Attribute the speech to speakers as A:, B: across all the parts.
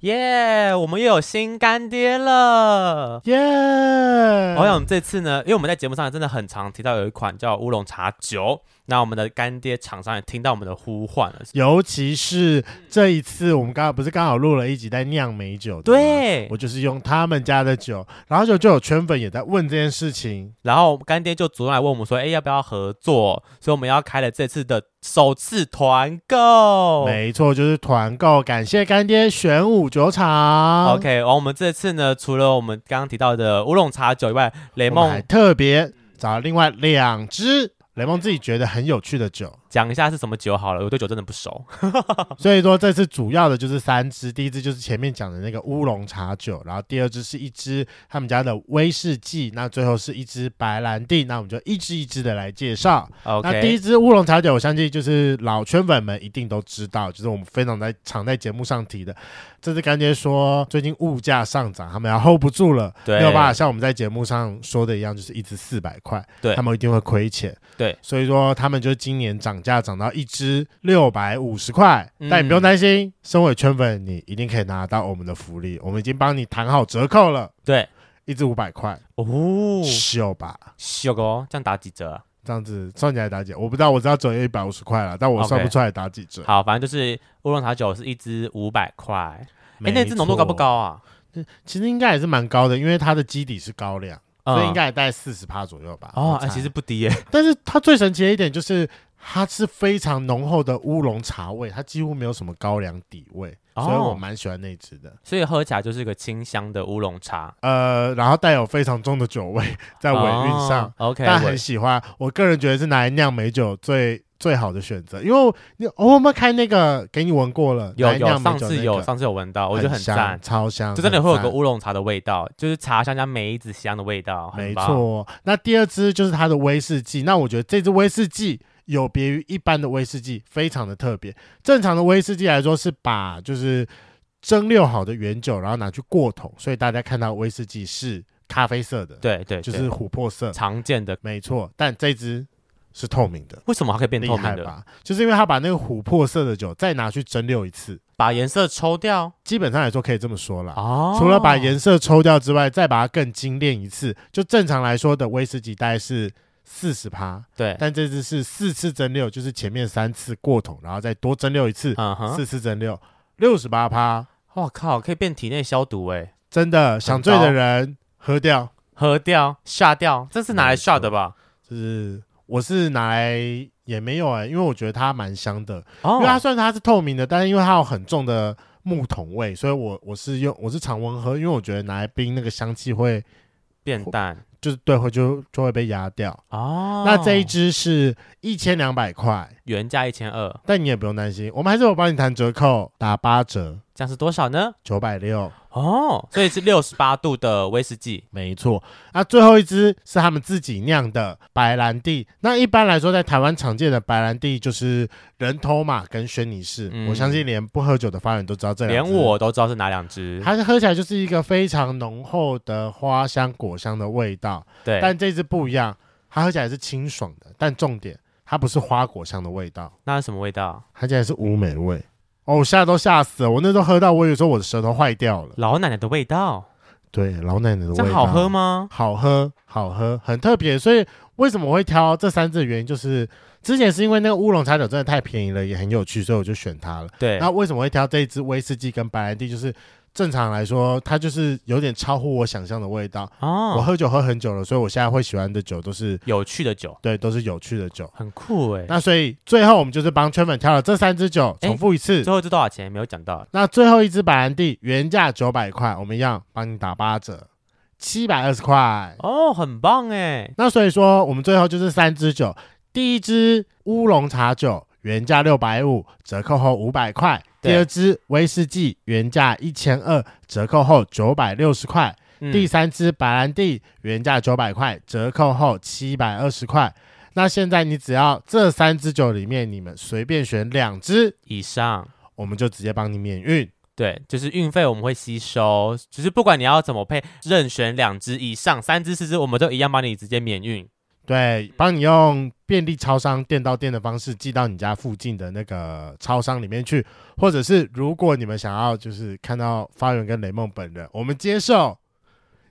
A: 耶、我们又有新干爹了。
B: 耶！
A: 好
B: 好
A: 像我们这次呢，因为我们在节目上真的很常提到有一款叫乌龙茶酒，那我们的干爹厂商也听到我们的呼唤了。
B: 尤其是这一次，我们刚不是刚好录了一集在酿美酒的吗，
A: 对
B: 我，就是用他们家的酒，然后就就有圈粉也在问这件事情，
A: 然后干爹就主动来问我们说，哎，要不要合作？所以我们要开了这次的首次团购。
B: 没错，就是团购，感谢干爹玄武酒厂
A: 哦 OK，然后我们这次呢，除了我们刚刚提到的乌龙茶酒以外，雷
B: 我们还
A: 梦
B: 特别找了另外两支雷蒙自己觉得很有趣的酒，
A: 讲一下是什么酒好了，我对酒真的不熟。
B: 所以说这次主要的就是三支，第一支就是前面讲的那个乌龙茶酒，然后第二支是一支他们家的威士忌，那最后是一支白兰地，那我们就一支一支的来介绍。那第一
A: OK，
B: 支乌龙茶酒，我相信就是老圈粉们一定都知道，就是我们非常在常在节目上提的。这次干爹说，最近物价上涨，他们要 hold 不住了，
A: 对
B: 没有办法像我们在节目上说的一样，就是一支四百块，
A: 对
B: 他们一定会亏钱，
A: 对，
B: 所以说他们就今年涨价涨到一支六百五十块，
A: 嗯
B: 但你不用担心，身为圈粉，你一定可以拿到我们的福利，我们已经帮你谈好折扣了，
A: 对，
B: 一支五百块，
A: 哦，
B: 秀吧。
A: 小哥，这样打几折啊？
B: 这样子算起来打几？我不知道，我知道总有一百五十块了，但我
A: OK
B: 算不出来打几折。
A: 好，反正就是乌龙茶酒是一支五百块。哎、
B: 没
A: 那支浓度高不
B: 错？
A: 高啊？
B: 其实应该也是蛮高的，因为它的基底是高粱，所以应该也大概四十趴左右吧。
A: 嗯哦
B: 我，
A: 哎、
B: 猜
A: 其实，不低耶、
B: 但是它最神奇的一点就是，它是非常浓厚的乌龙茶味，它几乎没有什么高粱底味，
A: 哦
B: 所以我蛮喜欢那一支的。
A: 所以喝起来就是个清香的乌龙茶，
B: 呃，然后带有非常重的酒味在尾韵上，
A: 哦 OK，
B: 但
A: 尾
B: 很喜欢。我个人觉得是拿来酿美酒最最好的选择，因为你哦，我们开那个给你闻过了，
A: 有
B: 拿来酿
A: 有
B: 美
A: 上
B: 酒
A: 次
B: 那
A: 有
B: 个
A: 上次有闻到，我觉得很
B: 香
A: 赞，
B: 超香，
A: 就真的会有个
B: 很赞。
A: 乌龙茶的味道，就是茶香加梅子香的味道，哦很
B: 没
A: 棒。
B: 错，那第二支就是它的威士忌。那我觉得这支威士忌有别于一般的威士忌，非常的特别。正常的威士忌来说是把就是蒸馏好的原酒，然后拿去过桶，所以大家看到威士忌是咖啡色的，
A: 对对，
B: 就
A: 对
B: 是琥珀色，
A: 常见的，
B: 没错。但这支是透明的。
A: 为什么它可以变
B: 厉
A: 透明
B: 害
A: 的？
B: 吧？就是因为他把那个琥珀色的酒再拿去蒸馏一次，
A: 把颜色抽掉
B: 基本上来说可以这么说啦。
A: 哦，
B: 除了把颜色抽掉之外，再把它更精炼一次。就正常来说的威士忌大概是四十趴，
A: 对，
B: 但这次是四次蒸馏，就是前面三次过桶，然后再多蒸馏一次，
A: 嗯哼，
B: 四次蒸馏六十八趴。
A: 哇靠，可以变体内消毒哎、
B: 真的想醉的人喝掉，
A: 喝掉、下掉，这是拿来
B: 没错
A: 下的吧？
B: 就是我是拿来也没有哎、因为我觉得它蛮香的，
A: 哦
B: 因为它虽然它是透明的，但是因为它有很重的木桶味，所以我我是用我是常温喝，因为我觉得拿来冰那个香气会
A: 变淡
B: 就是对会就就会被压掉。
A: 哦。
B: 那这一支是一千两百块，
A: 原价一千二，
B: 但你也不用担心，我们还是有帮你谈折扣，打八折，
A: 这样是多少呢？
B: 九百六，
A: 哦，所以是六十八度的威士忌，
B: 没错。那最后一支是他们自己酿的白兰地。那一般来说，在台湾常见的白兰地就是人头马跟轩尼诗，
A: 嗯
B: 我相信连不喝酒的发人都知道这两
A: 连
B: 支。
A: 我都知道是哪两支。
B: 啊它是喝起来就是一个非常浓厚的花香、果香的味道，
A: 对，
B: 但这支不一样，它喝起来是清爽的，但重点它不是花果香的味道。
A: 那是什么味道？
B: 它竟然是乌梅味。哦，我吓都吓死了！我那时候喝到，我有时候我的舌头坏掉了。
A: 老奶奶的味道，
B: 对，老奶奶的味
A: 这
B: 道。
A: 样好喝？吗？
B: 好喝，好喝，很特别。所以为什么我会挑这三支的原因，就是之前是因为那个乌龙茶酒真的太便宜了，也很有趣，所以我就选它了。
A: 对，
B: 那为什么会挑这一支威士忌跟白兰地？就是正常来说，它就是有点超乎我想象的味道。我
A: 哦，
B: 喝酒喝很久了，所以我现在会喜欢的酒都是
A: 有趣的酒，
B: 对，都是有趣的酒。
A: 很酷哎。
B: 那所以最后我们就是帮圈粉挑了这三支酒，
A: 哎
B: 重复一次。
A: 最后这多少钱？没有讲到，
B: 那最后一支白兰地原价九百块，我们一样帮你打八折，七百二十块。
A: 哦，很棒哎。
B: 那所以说，我们最后就是三支酒，第一支乌龙茶酒原价六百五，折扣后五百块；
A: 对
B: 第二支威士忌原价一千二，折扣后九百六十块；
A: 嗯
B: 第三支白兰地原价九百块，折扣后七百二十块。那现在你只要这三支酒里面，你们随便选两支，
A: 以上。
B: 我们就直接帮你免运。
A: 对，就是运费我们会吸收，就是不管你要怎么配，任选两支以上、三支、四支，我们都一样帮你直接免运。
B: 对，帮你用便利超商店到店的方式寄到你家附近的那个超商里面去，或者是如果你们想要就是看到发源跟雷梦本人，我们接受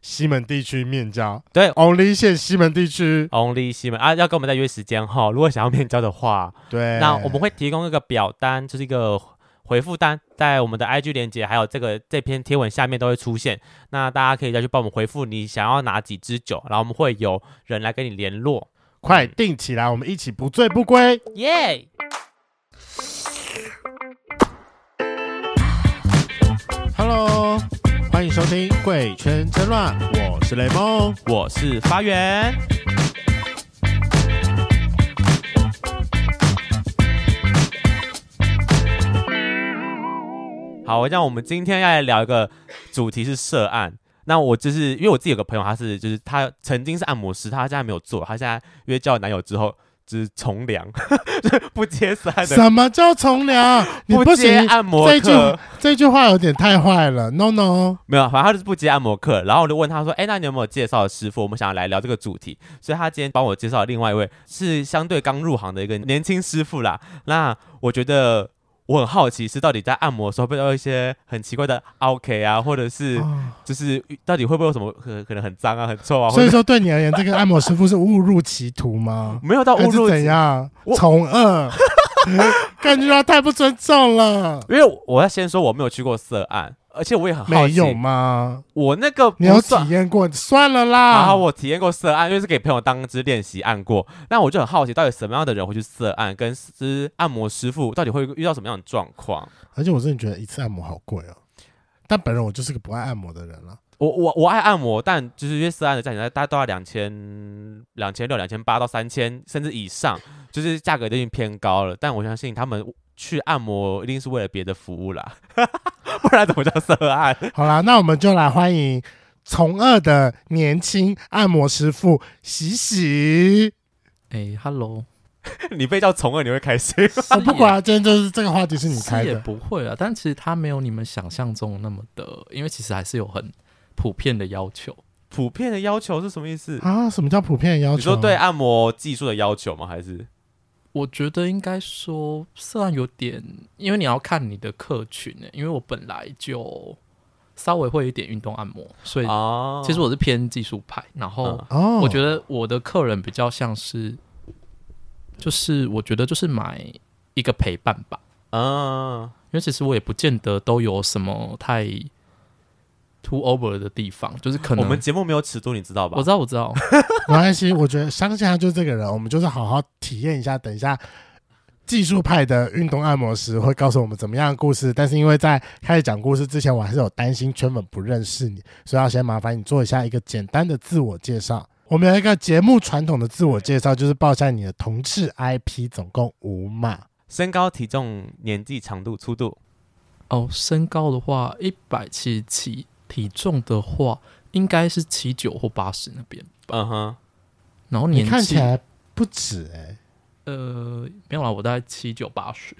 B: 西门地区面交，
A: 对
B: ，Only 县西门地区，
A: Only 西门啊，要跟我们再约时间哈。如果想要面交的话，
B: 对，
A: 那我们会提供一个表单，就是一个回复单，在我们的 IG 连接还有这个这篇贴文下面都会出现。那大家可以再去帮我们回复你想要哪几支酒，然后我们会有人来跟你联络。
B: 快定起来，我们一起不醉不归。
A: 耶！
B: Hello，欢迎收听《贵圈争乱》，我是雷梦。
A: 我是发源，好，让我们今天要来聊一个主题是涉案。那我就是因为我自己有个朋友，他是就是他曾经是按摩师，他现在没有做，他现在约交男友之后就是从良， 就是不接涉案的，
B: 什么叫从良？你
A: 不接
B: 行，
A: 按摩
B: 这句
A: 课，
B: 这句话有点太坏了。No No，
A: 没有，啊反正他就是不接按摩课。然后我就问他说：“哎，那你有没有介绍的师傅？我们想要来聊这个主题。”所以他今天帮我介绍了另外一位是相对刚入行的一个年轻师傅啦。那我觉得我很好奇，是到底在按摩的时候会遇到一些很奇怪的 OK 啊，或者是
B: 哦
A: 就是到底会不会有什么可可能很脏啊、很臭啊，或
B: 所以
A: 者
B: 说对你而言，这个按摩师傅是误入歧途吗？
A: 没有到
B: 还
A: 啊误
B: 是
A: 入
B: 怎样
A: 我？
B: 从恶， 感觉他太不尊重了。
A: 因为我要先说我没有去过色案，而且我也很好
B: 没
A: 奇，
B: 有吗？
A: 我那个
B: 你有
A: 不
B: 体
A: 算
B: 验过？算了
A: 啊，
B: 啦。
A: 我体验过色按，因为是给朋友当之练习按过。那我就很好奇，到底什么样的人会去色按，跟是按摩师傅到底会遇到什么样的状况？
B: 而且我真的觉得一次按摩好贵哦。但本人我就是个不爱按摩的人了。
A: 我我我爱按摩，但就是因为色按的价钱大概都要两千、两千六、两千八到三千，甚至以上，就是价格都已经偏高了。但我相信他们去按摩一定是为了别的服务啦， 不然怎么叫色按？
B: 好啦，那我们就来欢迎从二的年轻按摩师傅喜喜。
C: 哎，Hello，
A: 你被叫从二，你会开心？
B: 啊，
C: 是
B: 哦不管、啊，今天就是这个话题是
C: 也
B: 你开
C: 是也
B: 的，
C: 不会啊，但其实它没有你们想象中那么的，因为其实还是有很普遍的要求。
A: 普遍的要求是什么意思？
B: 啊？什么叫普遍的要求？
A: 你说对啊按摩技术的要求吗？还是
C: 我觉得应该说，虽然有点，因为你要看你的客群呢、因为我本来就稍微会有一点运动按摩，所以
A: 哦，
C: 其实我是偏技术派，然后
A: 嗯
B: 哦，
C: 我觉得我的客人比较像是，就是我觉得就是买一个陪伴吧。
A: 嗯。
C: 因为其实我也不见得都有什么太 too over 的地方，就是可能
A: 我们节目没有尺度，你知道吧？
C: 我知道我知道，
B: 没关系，我觉得相信他就是这个人，我们就是好好体验一下，等一下。技术派的运动按摩师会告诉我们怎么样的故事，但是因为在开始讲故事之前，我还是有担心圈粉不认识你，所以要先麻烦你做一下一个简单的自我介绍。我们有一个节目传统的自我介绍，就是报下你的同志 IP，总共五码。
A: 身高、体重、年纪、长度、粗度，
C: 哦，身高的话一百七十七，体重的话应该是七九或八十那边，
A: 嗯哼，
C: 然后
B: 你
C: 年
B: 看起
C: 纪
B: 来不止哎、
C: 呃没有啦，我大概七九八十，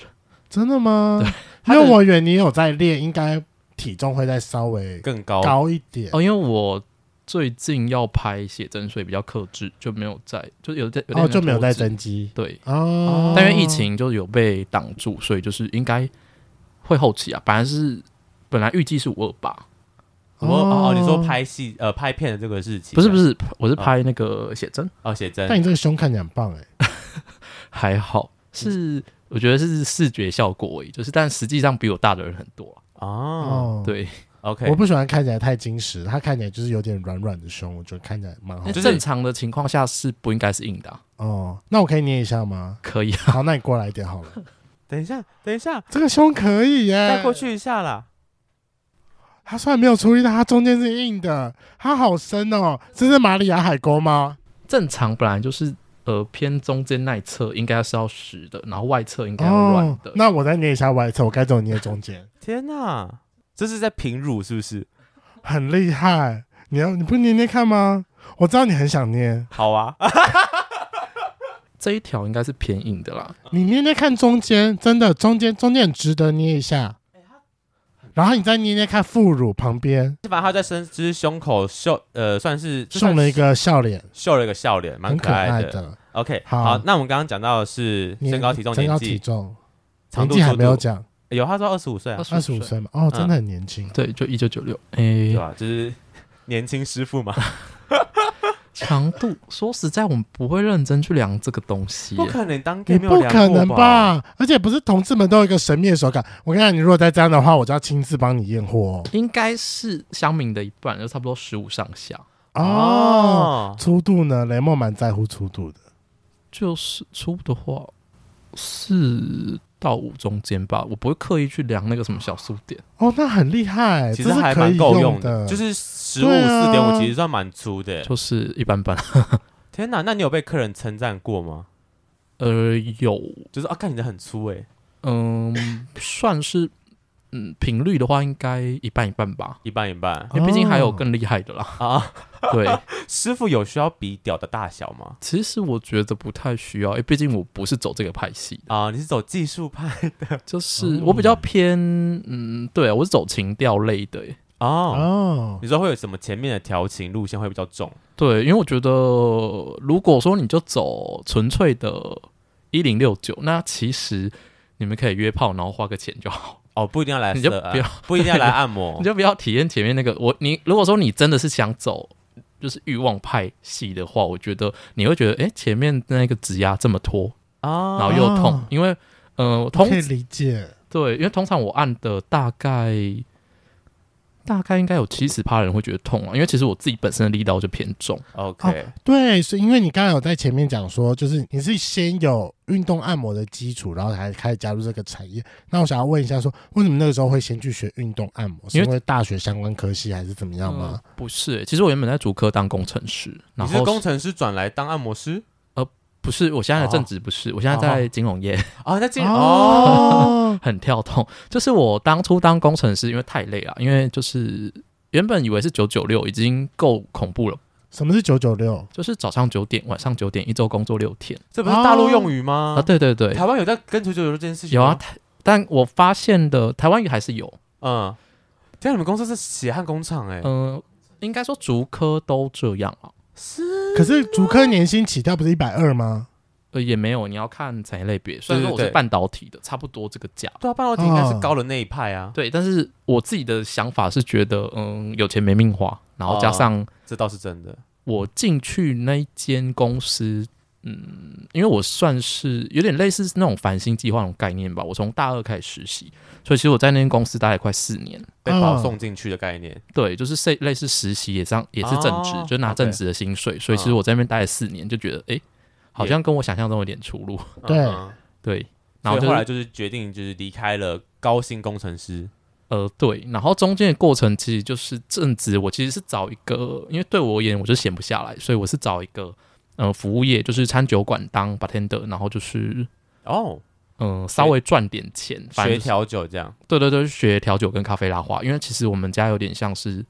B: 真的吗？因
C: 他的
B: 为我以为你有在练，应该体重会再稍微
A: 更高。
B: 高一点。
C: 哦，因为我。最近要拍写真，所以比较克制，就没有在，就有在，有
B: 哦，
C: 点
B: 就没有
C: 拖
B: 在
C: 制
B: 增肌
C: 对，
B: 哦。
C: 但因为疫，情就有被挡住，所以就是应该会后期啊。本来是本来预计是五二八，
A: 我哦哦，你说？拍戏呃拍片的这个事情，
C: 不是不是，我是拍那个写真，
A: 哦，写真
B: 但你这个胸看起来很棒哎，
C: 还好是我觉得是视觉效果而已，就是但实际上比我大的人很多、啊。
A: 哦
B: 哦，，
C: 对，
A: ，OK，
B: 我不喜欢看起来太精实，它看起来就是有点软软的胸，我觉得看起来蛮好
C: 那
A: 就是
C: 正常的情况下是不应该是硬的啊、？
B: 哦。那我可以捏一下吗
C: 可以啊。
B: 好，那你过来一点好了。
A: 等一下，等一下，
B: 这个胸可以耶，
A: 再过。去一下啦。
B: 它虽然没有出力，但它中间是硬的，它好深哦。这是马里亚海沟吗？
C: 正常本来就是呃偏中间那一侧应该是要实的，然后外侧应该要软
B: 哦
C: 的，。
B: 那我再捏一下外侧，我该怎么捏中间？
A: 天哪，这是在平乳是不是？
B: 很厉害。你要你不捏捏看吗？我知道你很想捏，
A: 好啊，
C: 这一条应该是偏硬的啦。
B: 你捏捏看中间，真的中间中间很值得捏一下。然后你再捏捏看副乳旁边，
A: 反正他在身就是胸口秀，呃，算是就算
B: 送了一个笑脸，
A: 秀了一个笑脸，蛮
B: 很可爱
A: 爱。
B: 的。
A: OK，
B: 好
A: 好，那我们刚刚讲到的是
B: 捏
A: 身高、体重、
B: 身
A: 年
B: 高、体
A: 纪、
B: 重，
A: 长
B: 年
A: 度、
B: 纪还
A: 速
B: 没有
A: 度，
B: 讲，
A: 有他说二十五岁啊，
B: 二
C: 25
B: 十五
C: 岁
B: 岁嘛，哦，
A: 嗯
B: 真的很年轻。
C: 对，就一九九六。
A: 对啊
C: 诶，
A: 吧？就是年轻师傅嘛，
C: 长度说实在，我们不会认真去量这个东西
A: 不
C: 耶。
A: 可能当 gay
B: 你
A: 没有
B: 不
A: 量
B: 可
A: 过
B: 能
A: 吧？
B: 吧？而且不是同志们都有一个神秘的手感。我跟你讲，你如果再这样的话，我就要亲自帮你验货
C: 应该是香茗的一半，就差不多十五上下。
B: 哦。哦，粗度呢？雷梦蛮在乎粗度的。
C: 就是粗的话，四到五中间吧，我不会刻意去量那个什么小数点。
B: 哦，那很厉害，
A: 其
B: 这
A: 实
B: 是
A: 还
B: 可以
A: 蛮够
B: 用
A: 的，就是十五
B: 对
A: 四点
B: 啊
A: 五其实算蛮粗的。欸
C: 就是一般 般。
A: 天哪，那你有被客人称赞过吗？
C: 呃，有，
A: 就是啊，看你的很粗哎，
C: 嗯，算是，嗯，频率的话应该一半一半吧，
A: 一半一 半
C: 因为毕竟还有
B: 哦
C: 更厉害 的啦。
A: 啊。
C: 对，
A: 师傅有需要比屌的大小吗？
C: 其实我觉得不太需要，因为毕竟我不是走这个派系，
A: 啊，你是走技术派
C: 就是我比较偏，嗯，对我是走情调类的耶。
A: 哦？
B: 哦，
A: 你说会有什么前面的调情路线会比较重？
C: 对，因为我觉得，如果说你就走纯粹的一零六九，那其实你们可以约炮，然后花个钱就好，
A: 哦，不一定要来
C: 你就
A: 色啊哦
C: 不要
A: 不一定要来按摩
C: 你，就不要体验前面那个。我你如果说你真的是想走就是欲望派系的话，我觉得你会觉得，哎、前面那个指压这么拖，
A: 啊
C: 然后又痛，
B: 哦
C: 因为呃，通
B: 可以理解。
C: 对，因为通常我按的大概大概应该有七十趴人会觉得痛啊，因为其实我自己本身的力道就偏重。
A: OK，
B: 对，是因为你刚刚有在前面讲说，就是你是先有运动按摩的基础，然后才开始加入这个产业。那我想要问一下说，为什么那个时候会先去学运动按摩？是
C: 因为
B: 因为大学相关科系还是怎么样吗？
C: 呃不是欸、其实我原本在竹科当工程师，
A: 你
C: 然
A: 是
C: 后
A: 工程哦师转来当按摩师
C: 不是我现在的正职，不是、我现在在金融业，
A: 啊？那进哦，
B: 哦，
C: 很跳动。就是我当初当工程师，因为太累了，因为就是原本以为是九九六已经够恐怖了，
B: 什么是九九六？
C: 就是早上九点，晚上九点，一周工作六天
A: 这不是大陆用语吗
B: 哦
C: 啊，？对对对，
A: 台湾有在跟九九六这件事情
C: 有
A: 吗
C: 啊，，台但我发现的台湾还是有，
A: 嗯，天啊，你们公司是血汗工厂哎，
C: 嗯、应该说竹科都这样啊。
A: 是
B: 可是主科年薪起跳不是一百二吗？
C: 呃，也没有，你要看产业类别。虽然说我
A: 对
C: 是
A: 对
C: 半导体的，差不多这个价。
A: 对啊，半导体应该是高的那一派啊，
C: 对，但是我自己的想法是觉得，嗯，有钱没命花，然后加
A: 哦
C: 上
A: 这倒是真的。
C: 我进去那一间公司，嗯，因为我算是有点类似那种繁星计划那种概念吧，我从大二开始实习，所以其实我在那间公司待了快四年。
A: 被保
B: 嗯
A: 送进去的概念，
C: 对，就是类类似实习，也上也是正职，
A: 哦
C: 就拿
A: OK 嗯
C: 正职的薪水，所以其实我在那边待了四年，就觉得哎、诶好像跟我想象中有点出入。
B: 对
A: 嗯
C: 对，
A: 所
C: 然后
A: 以
C: 就是
A: 后来就是决定就是离开了高薪工程师，
C: 呃，对，然后中间的过程其实就是正职，我其实是找一个，因为对我而言我就闲不下来，所以我是找一个呃服务业，就是餐酒馆当 bartender，然后就是
A: 哦，
C: 嗯、呃稍微赚点钱，反
A: 学
C: 正、就是、
A: 调酒这样，
C: 对对对，学调酒跟咖啡拉花，因为其实我们家有点像是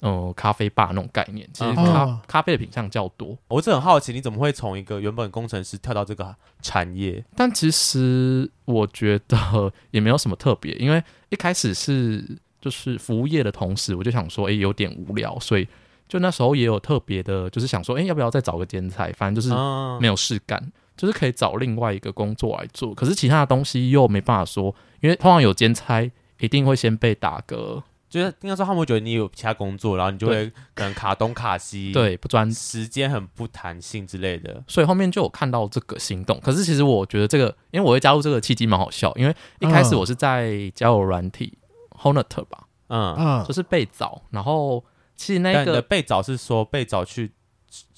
C: 呃咖啡吧那种概念，其实
A: 嗯
C: 咖、
B: 哦
C: 咖啡的品相较多，
A: 我是很好奇你怎么会从一个原本工程师跳到这个产业
C: 但其实我觉得也没有什么特别，因为一开始是就是服务业的同时，我就想说，诶，哎有点无聊，所以就那时候也有特别的，就是想说，诶，哎要不要再找个兼差？反正就是
A: 啊
C: 没有事干，就是可以找另外一个工作来做。可是其他的东西又没办法说，因为通常有兼差，一定会先被打个
A: 就是应该说他们会觉得你有其他工作，然后你就会可能卡东卡西，，
C: 对不专
A: 时间很不弹性之类的。
C: 所以后面就有看到这个行动。可是其实我觉得这个，因为我会加入这个契机蛮好笑，因为一开始
B: 嗯
C: 我是在交友软体、Honet 吧，
A: 嗯，
B: 啊
C: 就，是被找，然后其实那
A: 但你的
C: 个
A: 被找是说被找去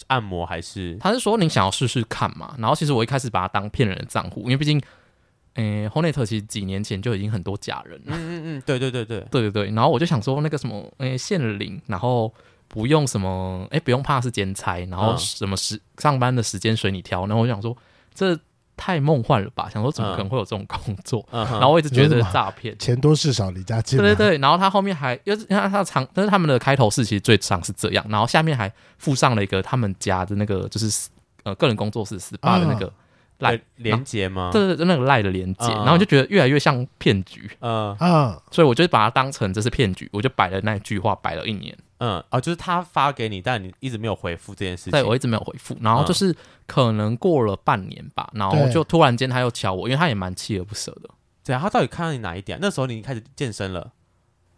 A: 按摩还是
C: 他是说你想要试试看嘛，然后其实我一开始把它当骗人的账户，因为毕竟，诶、h o n e t 其实几年前就已经很多假人
A: 嗯
C: 了，
A: 嗯嗯，对对对对，
C: 对对对，然后我就想说那个什么，诶、限龄，然后不用什么，诶、不用怕是兼差，然后
A: 嗯
C: 什么时、上班的时间随你挑，然后我就想说这太梦幻了吧，想说怎么可能会有这种工作，
A: 嗯哼，
C: 然后我一直觉得
B: 你说什么
C: 诈骗，
B: 钱多事少，离家近。
C: 对对，对，然后他后面还，因为他他常，但是他们的开头是其实最常是这样，然后下面还附上了一个他们家的那个就是呃个人工作室 SPA 的那个赖
A: 连接吗？
C: 对对对，那个赖的连接，
A: 嗯
C: 然后我就觉得越来越像骗局，
A: 嗯
B: 啊，
C: 所以我就把它当成这是骗局，我就摆了那句话摆了一年，
A: 嗯，哦，就是他发给你，但你一直没有回复这件事情。
C: 对我一直没有回复，然后就是可能过了半年吧，然后
B: 对
C: 就突然间他又敲我，因为他也蛮锲而不舍的。
A: 对啊，他到底看到你哪一点？那时候你开始健身了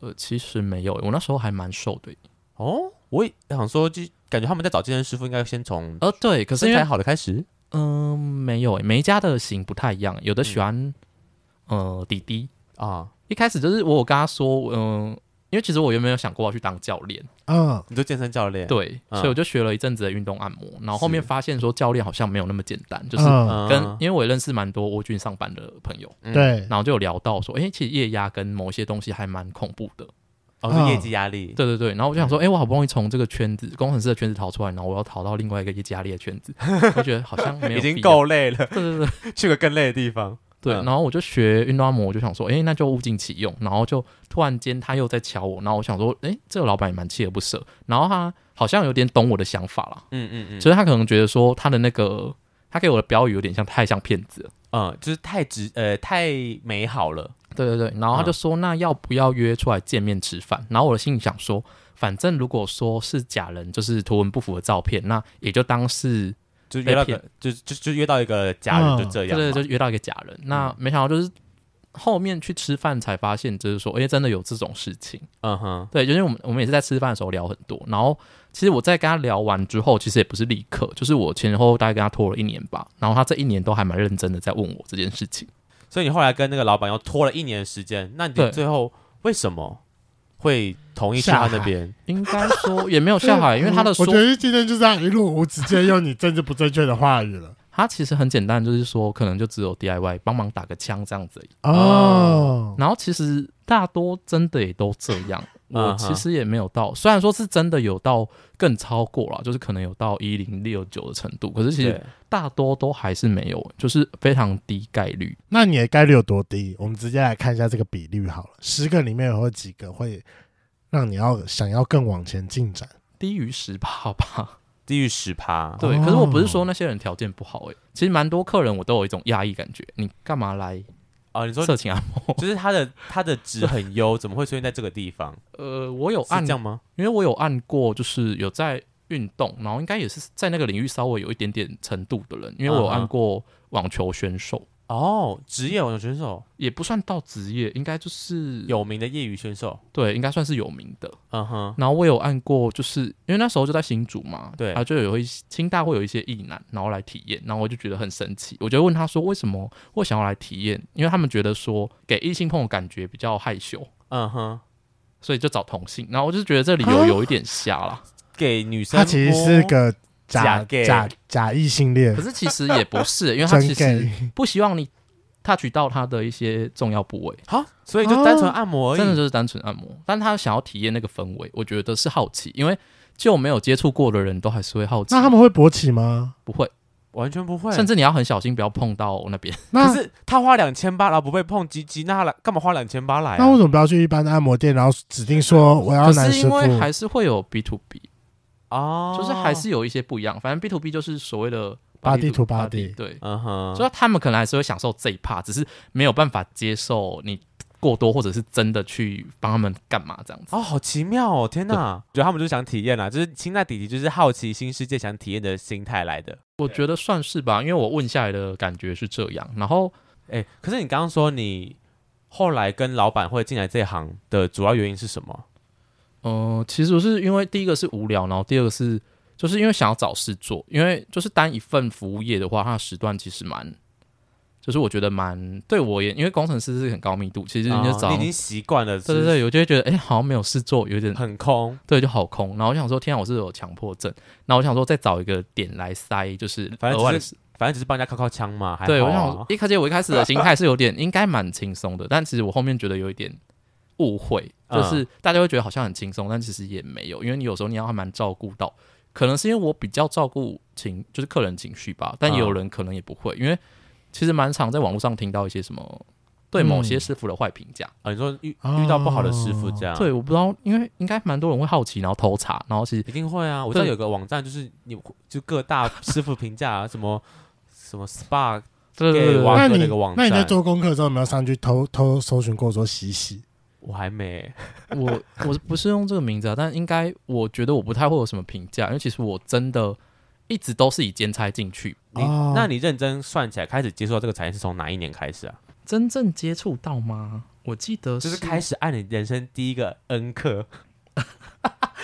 C: 呃，其实没有，我那时候还蛮瘦的。
A: 哦？我也想说，就感觉他们在找健身师傅，应该先从
C: 呃，对，可是
A: 身
C: 因
A: 材
C: 为
A: 好的开始。
C: 嗯、没有，每一家的型不太一样，有的
A: 嗯
C: 喜欢、呃弟弟，
A: 啊，
C: 一开始就是我有跟他说，嗯、因为其实我原本有想过要去当教练，
B: 嗯，
A: 你做健身教练，，
C: 对，
A: 嗯
C: 所以我就学了一阵子的运动按摩，然后后面
A: 是
C: 发现说教练好像没有那么简单，就是
B: 嗯
A: 嗯
C: 跟、因为我也认识蛮多蜗居上班的朋友，
A: 嗯，
B: 对，
C: 然后就有聊到说，诶，其实液压跟某些东西还蛮恐怖的，
A: 哦，是业绩压力，
C: 嗯对对对，然后我就想
A: 嗯
C: 说，诶，我好不容易从这个圈子工程师的圈子逃出来，然后我要逃到另外一个液压力的圈子，我觉得好像没 有
A: 已经
C: 必要
A: 够累了，
C: 对对对
A: 去个更累的地方。
C: 对，
A: 嗯
C: 然后我就学运动按摩，我就想说，诶，那就物尽其用。然后就突然间他又在瞧我，然后我想说，诶，这个老板也蛮锲而不舍。然后他好像有点懂我的想法啦，
A: 嗯嗯嗯，
C: 所以他可能觉得说他的那个他给我的标语有点像太像骗子了。
A: 嗯，就是太直，呃，太美好了。
C: 对对对，然后他就说、那要不要约出来见面吃饭？然后我的心里想说，反正如果说是假人，就是图文不符的照片，那也就当是
A: 就约到
C: 被
A: 个，就就就约到一个家人，
B: 嗯
A: 就这
C: 对
A: 样嗯
C: 对，
A: 嘛。
C: 就约到一个假人。那没想到就是后面去吃饭才发现，就是说，诶，真的有这种事情。
A: 嗯哼，
C: 对，就是我们我们也是在吃饭的时候聊很多，然后其实我在跟他聊完之后，其实也不是立刻，就是我前后大概跟他拖了一年吧，然后他这一年都还蛮认真的在问我这件事情。
A: 所以你后来跟那个老板又拖了一年的时间，那你
C: 对
A: 最后为什么会同意去他那边？
C: 应该说也没有下海，因为他的
B: 我
C: 说
B: 觉得今天就这样一路无止境用你政治不正确的话语了。
C: 他其实很简单，就是说可能就只有 DIY 帮忙打个枪这样子而已。
B: 哦，
C: 然后其实大多真的也都这样，我
A: 嗯哼
C: 其实也没有到，虽然说是真的有到更超过了，就是可能有到一零六九的程度，可是其实
A: 对，
C: 大多都还是没有，就是非常低概率。
B: 那你的概率有多低？我们直接来看一下这个比率好了，十个里面有几个会让你要想要更往前进展？
C: 低于十趴 吧。
A: 低于十趴，
C: 对，
B: 哦
C: 可是我不是说那些人条件不好诶、其实蛮多客人我都有一种压抑感觉，你干嘛来
A: 哦，你说
C: 色情啊按摩？
A: 就是他的他的值很优， 怎么会出现在这个地方？
C: 呃，我有
A: 是
C: 按
A: 这，样吗？
C: 因为我有按过，就是有在运动，然后应该也是在那个领域稍微有一点点程度的人，因为我
A: 嗯
C: 有
A: 哼
C: 按过网球选手，
A: 哦，职业网球选手，
C: 也不算到职业，应该就是
A: 有名的业余选手。
C: 对，应该算是有名的。
A: 嗯哼，
C: 然后我有按过，就是因为那时候就在新竹嘛，
A: 对
C: 啊，就有一些清大会有一些艺男，然后来体验，然后我就觉得很神奇，我就问他说为什么会想要来体验，因为他们觉得说给异性朋友感觉比较害羞，
A: 嗯哼，
C: 所以就找同性，然后我就觉得这理
B: 啊
C: 由有一点瞎 啦，
A: 给女生
B: 他其实是
A: 摸
B: 个假
A: 假 gay
B: 假假异性恋
C: 可，是其实也不是，欸因为他
B: 真
C: 其实
B: gay。
C: 不希望你 touch 到他的一些重要部位，
A: 好，所以就单纯按摩而
C: 哦真的
A: 已。
C: 就是单纯按摩，但他想要体验那个氛围，我觉得是好奇，因为就没有接触过的人都还是会好奇，
B: 那他们会勃起吗？
C: 不会，
A: 完全不会，
C: 甚至你要很小心不要碰到那边。
B: 那
A: 可是他花两千八，然后不被碰鸡鸡，那他来干嘛花两千八来、
B: 那为
A: 啊？
B: 什么不要去一般的按摩店，然后指定说我要
C: 可
B: 男
C: 是
B: 师
C: 因
B: 傅？
C: 为还是会有 B to B，
A: 哦，
C: 就是还是有一些不一样。反正 B to B 就是所谓的
B: Body to
C: body
B: body
C: 对，
A: 嗯哼，
C: 所以他们可能还是会享受这一 part，只是没有办法接受你过多或者是真的去帮他们干嘛这样子。
A: 哦，好奇妙哦！天哪，觉得他们就是想体验啦，就是清代弟弟就是好奇新世界想体验的心态来的。
C: 我觉得算是吧，因为我问下来的感觉是这样。然后
A: 哎，可是你刚刚说你后来跟老板会进来这一行的主要原因是什么？
C: 呃，其实是因为第一个是无聊，然后第二个是就是因为想要找事做，因为就是单一份服务业的话，它的时段其实蛮，就是我觉得蛮对我也，因为工程师是很高密度，其实你就
A: 哦
C: 早
A: 你
C: 上
A: 已经习惯了，
C: 对对
A: 是
C: 对，我就会觉得哎、好像没有事做，有点
A: 不是，很空，
C: 对，就好空。然后我想说，天啊，我是有强迫症。然后我想说，再找一个点来塞，就是
A: 反正
C: 额外的
A: 只
C: 事。
A: 反正只是帮人家敲敲枪嘛，还
C: 对，
A: 好
C: 我
A: 啊、
C: 想说一开始我一开始的心态是有点应该蛮轻松的，但其实我后面觉得有一点误会，
A: 嗯
C: 就是大家会觉得好像很轻松，但其实也没有，因为你有时候你要还蛮照顾到，可能是因为我比较照顾情，就是客人情绪吧，但也有
A: 嗯
C: 人可能也不会，因为其实蛮常在网络上听到一些什么对某
A: 嗯
C: 些师傅的坏评价。
A: 啊，你说遇遇到不好的师傅这样，
C: 啊对，，我不知道，因为应该蛮多人会好奇，然后偷查，然后其实
A: 一定会啊。我知道
C: 对
A: 有个网站就是你就各大师傅评价啊什么什么 SPA
C: 对对
A: 给
C: 对
A: 网
C: 对，
B: 那
A: 哥
B: 你
A: 那个网
B: 那你在
A: 站，
B: 做功课的时候有没有上去偷偷搜寻过说洗洗？
A: 我还没
C: 我我不是用这个名字啊，但应该我觉得我不太会有什么评价，因为其实我真的一直都是以兼差进去，
A: 你
B: 哦
A: 那你认真算起来，开始接触到这个产业是从哪一年开始啊？
C: 真正接触到吗？我记得
A: 就是是开始按你人生第一个恩课，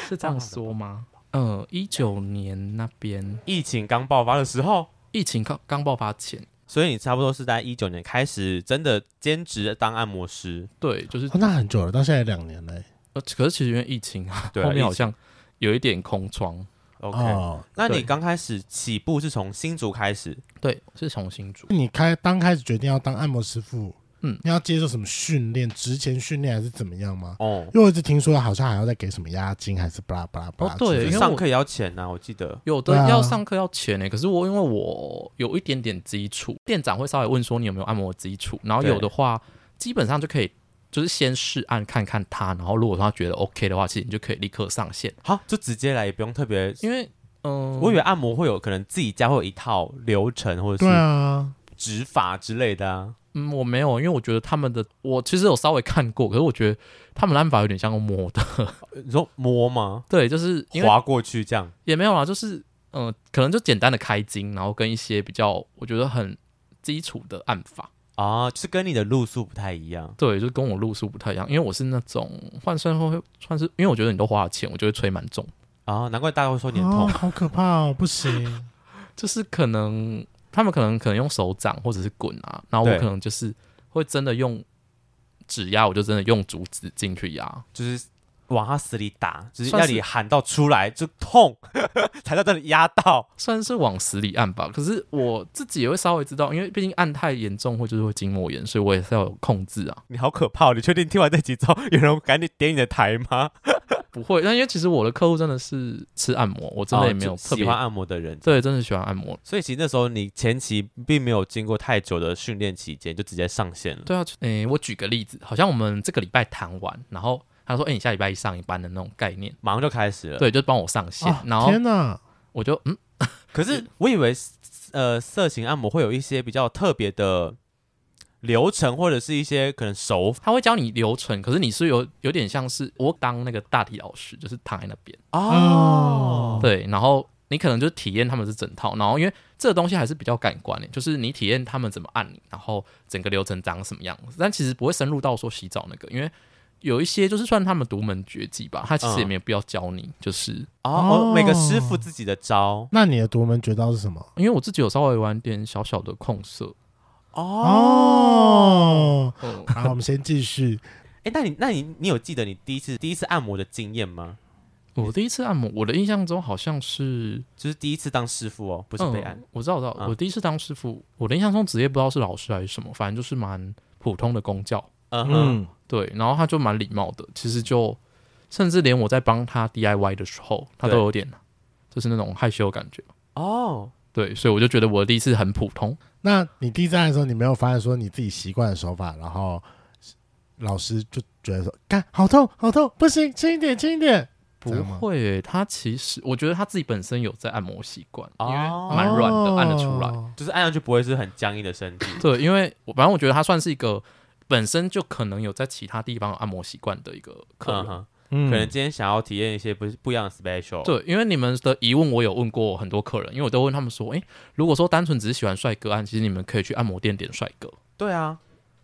C: 是这样说吗？嗯，一九年那边
A: 疫情刚爆发的时候，
C: 疫情刚刚爆发前，
A: 所以你差不多是在一九年开始真的兼职当按摩师，
C: 对，就是
B: 哦那很久了，到现在两年了欸。
C: 呃，可是其实因为疫情啊，
A: 对啊
C: 后面
A: 疫
C: 好
A: 情
C: 像有一点空窗。
A: OK，、
B: 哦，
A: 那你
C: 对
A: 刚开始起步是从新竹开始，
C: 对，是从新竹。
B: 你开刚开始决定要当按摩师傅，
C: 嗯
B: 你要接受什么训练？职前训练还是怎么样吗？
A: 哦，
B: 因为我一直听说好像还要再给什么押金，还是巴拉巴拉巴拉
C: 哦
B: 之类的。
C: 对因为
A: 上
C: 我
A: 课也要钱呐、我记得。
C: 有
B: 对啊
C: 的要上课要钱欸呢、可是我因为我有一点点基础，店长会稍微问说你有没有按摩基础，然后
A: 对
C: 有的话基本上就可以，就是先试按看看他，然后如果他觉得 OK 的话，其实你就可以立刻上线，
A: 好，就直接来，也不用特别。
C: 因为嗯，
A: 我以为按摩会有可能自己家会有一套流程或者
B: 对
A: 是
B: 啊，
A: 指法之类的啊。
C: 嗯我没有，因为我觉得他们的我其实有稍微看过，可是我觉得他们的按法有点像用摸的，
A: 你说摸吗？
C: 对，就是因为
A: 滑过去这样，
C: 也没有啦，就是嗯、呃可能就简单的开筋，然后跟一些比较我觉得很基础的按法。
A: 啊，就是跟你的路数不太一样。
C: 对，就跟我路数不太一样，因为我是那种换算后会算是，因为我觉得你都花了钱，我就会吹蛮重，
A: 啊，难怪大家会说你很
B: 哦，
A: 痛。
B: 好可怕哦，不 行。
C: 就是可能他们可能可能用手掌或者是滚啊，然后我
A: 对
C: 可能就是会真的用指压，我就真的用竹子进去压，
A: 就是往他死里打，就是
C: 算
A: 要
C: 是
A: 你喊到出来就痛， 才叫真的压到。
C: 算是往死里按吧。可是我自己也会稍微知道，因为毕竟按太严重会就是会筋膜炎，所以我也是要有控制啊，
A: 你好可怕、哦！你确定听完这集之后，有人赶紧点你的台吗？
C: 不会。但因为其实我的客户真的是吃按摩，我真的也没有
A: 哦就
C: 特别、
A: 喜欢按摩的人，
C: 对，真的喜欢按摩，
A: 所以其实那时候你前期并没有经过太久的训练期间，就直接上线了。
C: 对啊，就诶、我举个例子，好像我们这个礼拜谈完，然后他说，诶、你下礼拜一上一班的那种概念，
A: 马上就开始了。，
C: 对，就帮我上线，
B: 啊
C: 然后
B: 天哪，
C: 我就嗯，
A: 可是我以为呃，色情按摩会有一些比较特别的流程，或者是一些可能手法
C: 他会教你流程，可是你是有有点像是我当那个大体老师，就是躺在那边，
B: 哦
C: 对，然后你可能就体验他们这整套，然后因为这个东西还是比较感官的，欸就是你体验他们怎么按你，然后整个流程长什么样子，但其实不会深入到说洗澡那个，因为。有一些就是算他们独门绝技吧，他其实也
A: 嗯
C: 没有必要教你，就是
A: 哦哦，
B: 哦
A: 每个师傅自己的招
B: 那你的独门绝招是什么？
C: 因为我自己有稍微玩点小小的控色，
A: 哦。
B: 哦，
C: 嗯，
B: 好，我们先继续。
A: 哎、那你那你你有记得你第一次第一次按摩的经验吗？
C: 我第一次按摩，我的印象中好像是
A: 就是第一次当师傅哦，不
C: 不
A: 是被按。
C: 我知道，我知道，
A: 嗯
C: 我第一次当师傅，我的印象中职业不知道是老师还是什么，反正就是蛮普通的公教，
A: 嗯哼，
B: 嗯，
C: 对，然后他就蛮礼貌的，其实就甚至连我在帮他 DIY 的时候，他
A: 对
C: 都有点就是那种害羞的感觉，
A: 哦，
C: 对，所以我就觉得我的第一次很普通，
B: 那你第一次按的时候，你没有发现说你自己习惯的手法，然后老师就觉得说，干好痛好痛，不行，轻一点轻一点。
C: 不
B: 这样吗
C: 会耶、他其实我觉得他自己本身有在按摩习惯，因为
A: 哦
C: 蛮软的，按得出来。
B: 哦
A: 就是按上去不会是很僵硬的身体。
C: 对，因为我反正我觉得他算是一个本身就可能有在其他地方有按摩习惯的一个客
A: 嗯
C: 人。
A: 哼，
B: 嗯
A: 可能今天想要体验一些不是不一样的 special。，
C: 对，因为你们的疑问我有问过很多客人，因为我都问他们说，诶，如果说单纯只是喜欢帅哥按，啊其实你们可以去按摩店点帅哥，
A: 对啊，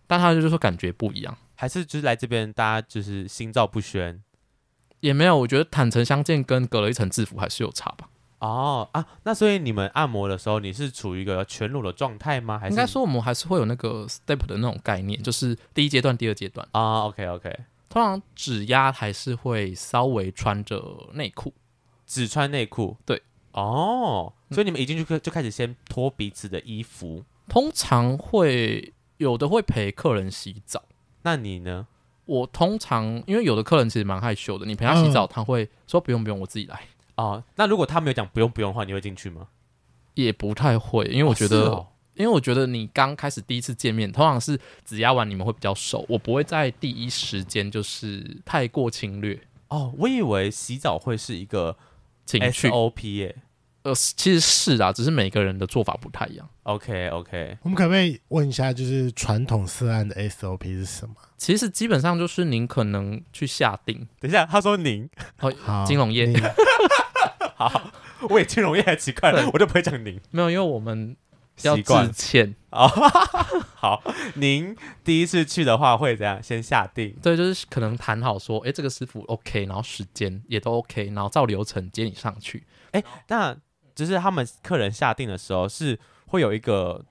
C: 但他就是说感觉不一样。
A: 还是就是来这边大家就是心照不宣。
C: 也没有，我觉得坦诚相见跟隔了一层制服还是有差吧。
A: 哦啊，那所以你们按摩的时候，你是处于一个全裸的状态吗？还是
C: 应该说我们还是会有那个 step 的那种概念，就是第一阶段、第二阶段。
A: 啊，OK OK，
C: 通常指压还是会稍微穿着内裤，
A: 只穿内裤。
C: 对，
A: 哦，所以你们一进去就就开始先脱彼此的衣服。
C: 通常会有的会陪客人洗澡。
A: 那你呢？
C: 我通常因为有的客人其实蛮害羞的，你陪他洗澡，
A: 嗯
C: 他会说不用不用，我自己来，
A: 哦，那如果他没有讲不用不用的话，你会进去吗？
C: 也不太会，因为我觉得，
A: 哦
C: 因为我觉得你刚开始第一次见面，通常是指压完你们会比较熟，我不会在第一时间就是太过侵略
A: 是哦哦，我以为洗澡会是一个
C: 情绪，
A: SOP 耶、
C: 呃，其实是啊，只是每个人的做法不太一样。
A: OK OK，
B: 我们可不可以问一下，就是传统色案的 SOP 是什么？
C: 其实基本上就是您可能去下定
A: 等一下，他说您，
C: 哦，
A: 啊
B: 好，
C: 金融业
B: 你
A: 好， 我也金融业还奇怪了，我就不会讲您，
C: 没有，因为我们要
A: 习
C: 致
A: 惯
C: 歉，
A: 哦，好，您第一次去的话会怎样？先下定
C: 对，就是可能谈好说，哎，这个师傅 OK，然后时间也都 OK，然后照流程接你上去。
A: 那就是他们客人下定的时候是会有一个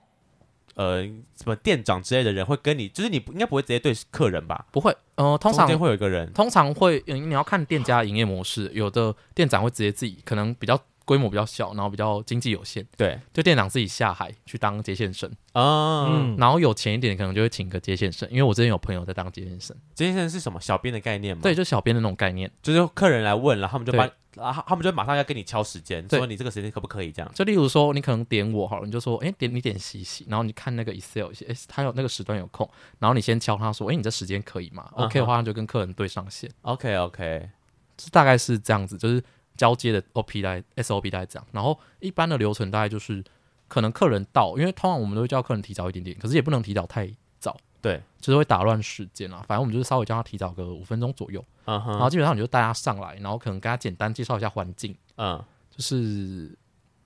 A: 呃什么店长之类的人会跟你，就是你不应该不会直接对客人吧？
C: 不会，呃，通常
A: 中间会有一个人
C: 通常会，嗯，你要看店家的营业模式，有的店长会直接自己，可能比较规模比较小，然后比较经济有限，
A: 对，
C: 就店长自己下海去当接线生，
A: 嗯，
B: 嗯，
C: 然后有钱一点可能就会请个接线生，因为我之前有朋友在当接线生，
A: 这些人是什么小编的概念吗？
C: 对，，就小编的那种概念。
A: 就是客人来问，然后他们就
C: 对
A: 把。啊，他们就马上要跟你敲时间，
C: 对
A: 说你这个时间可不可以这样？
C: 就例如说，你可能点我好了，你就说，哎、点你点洗洗，然后你看那个 Excel，哎、他有那个时段有空，然后你先敲他说，哎、你这时间可以吗
A: 嗯哼
C: ？OK 的话，你就跟客人对上线，
A: OK OK，
C: 这大概是这样子，就是交接的 OP 来 SOP 来讲，然后一般的流程大概就是，可能客人到，因为通常我们都会叫客人提早一点点，可是也不能提早太早，
A: 对，
C: 就是会打乱时间啊啦。反正我们就是稍微叫他提早个五分钟左右，
A: 嗯
C: 然后
A: 哼，
C: 基本上你就带他上来，然后可能跟他简单介绍一下环境，
A: 嗯，
C: 就是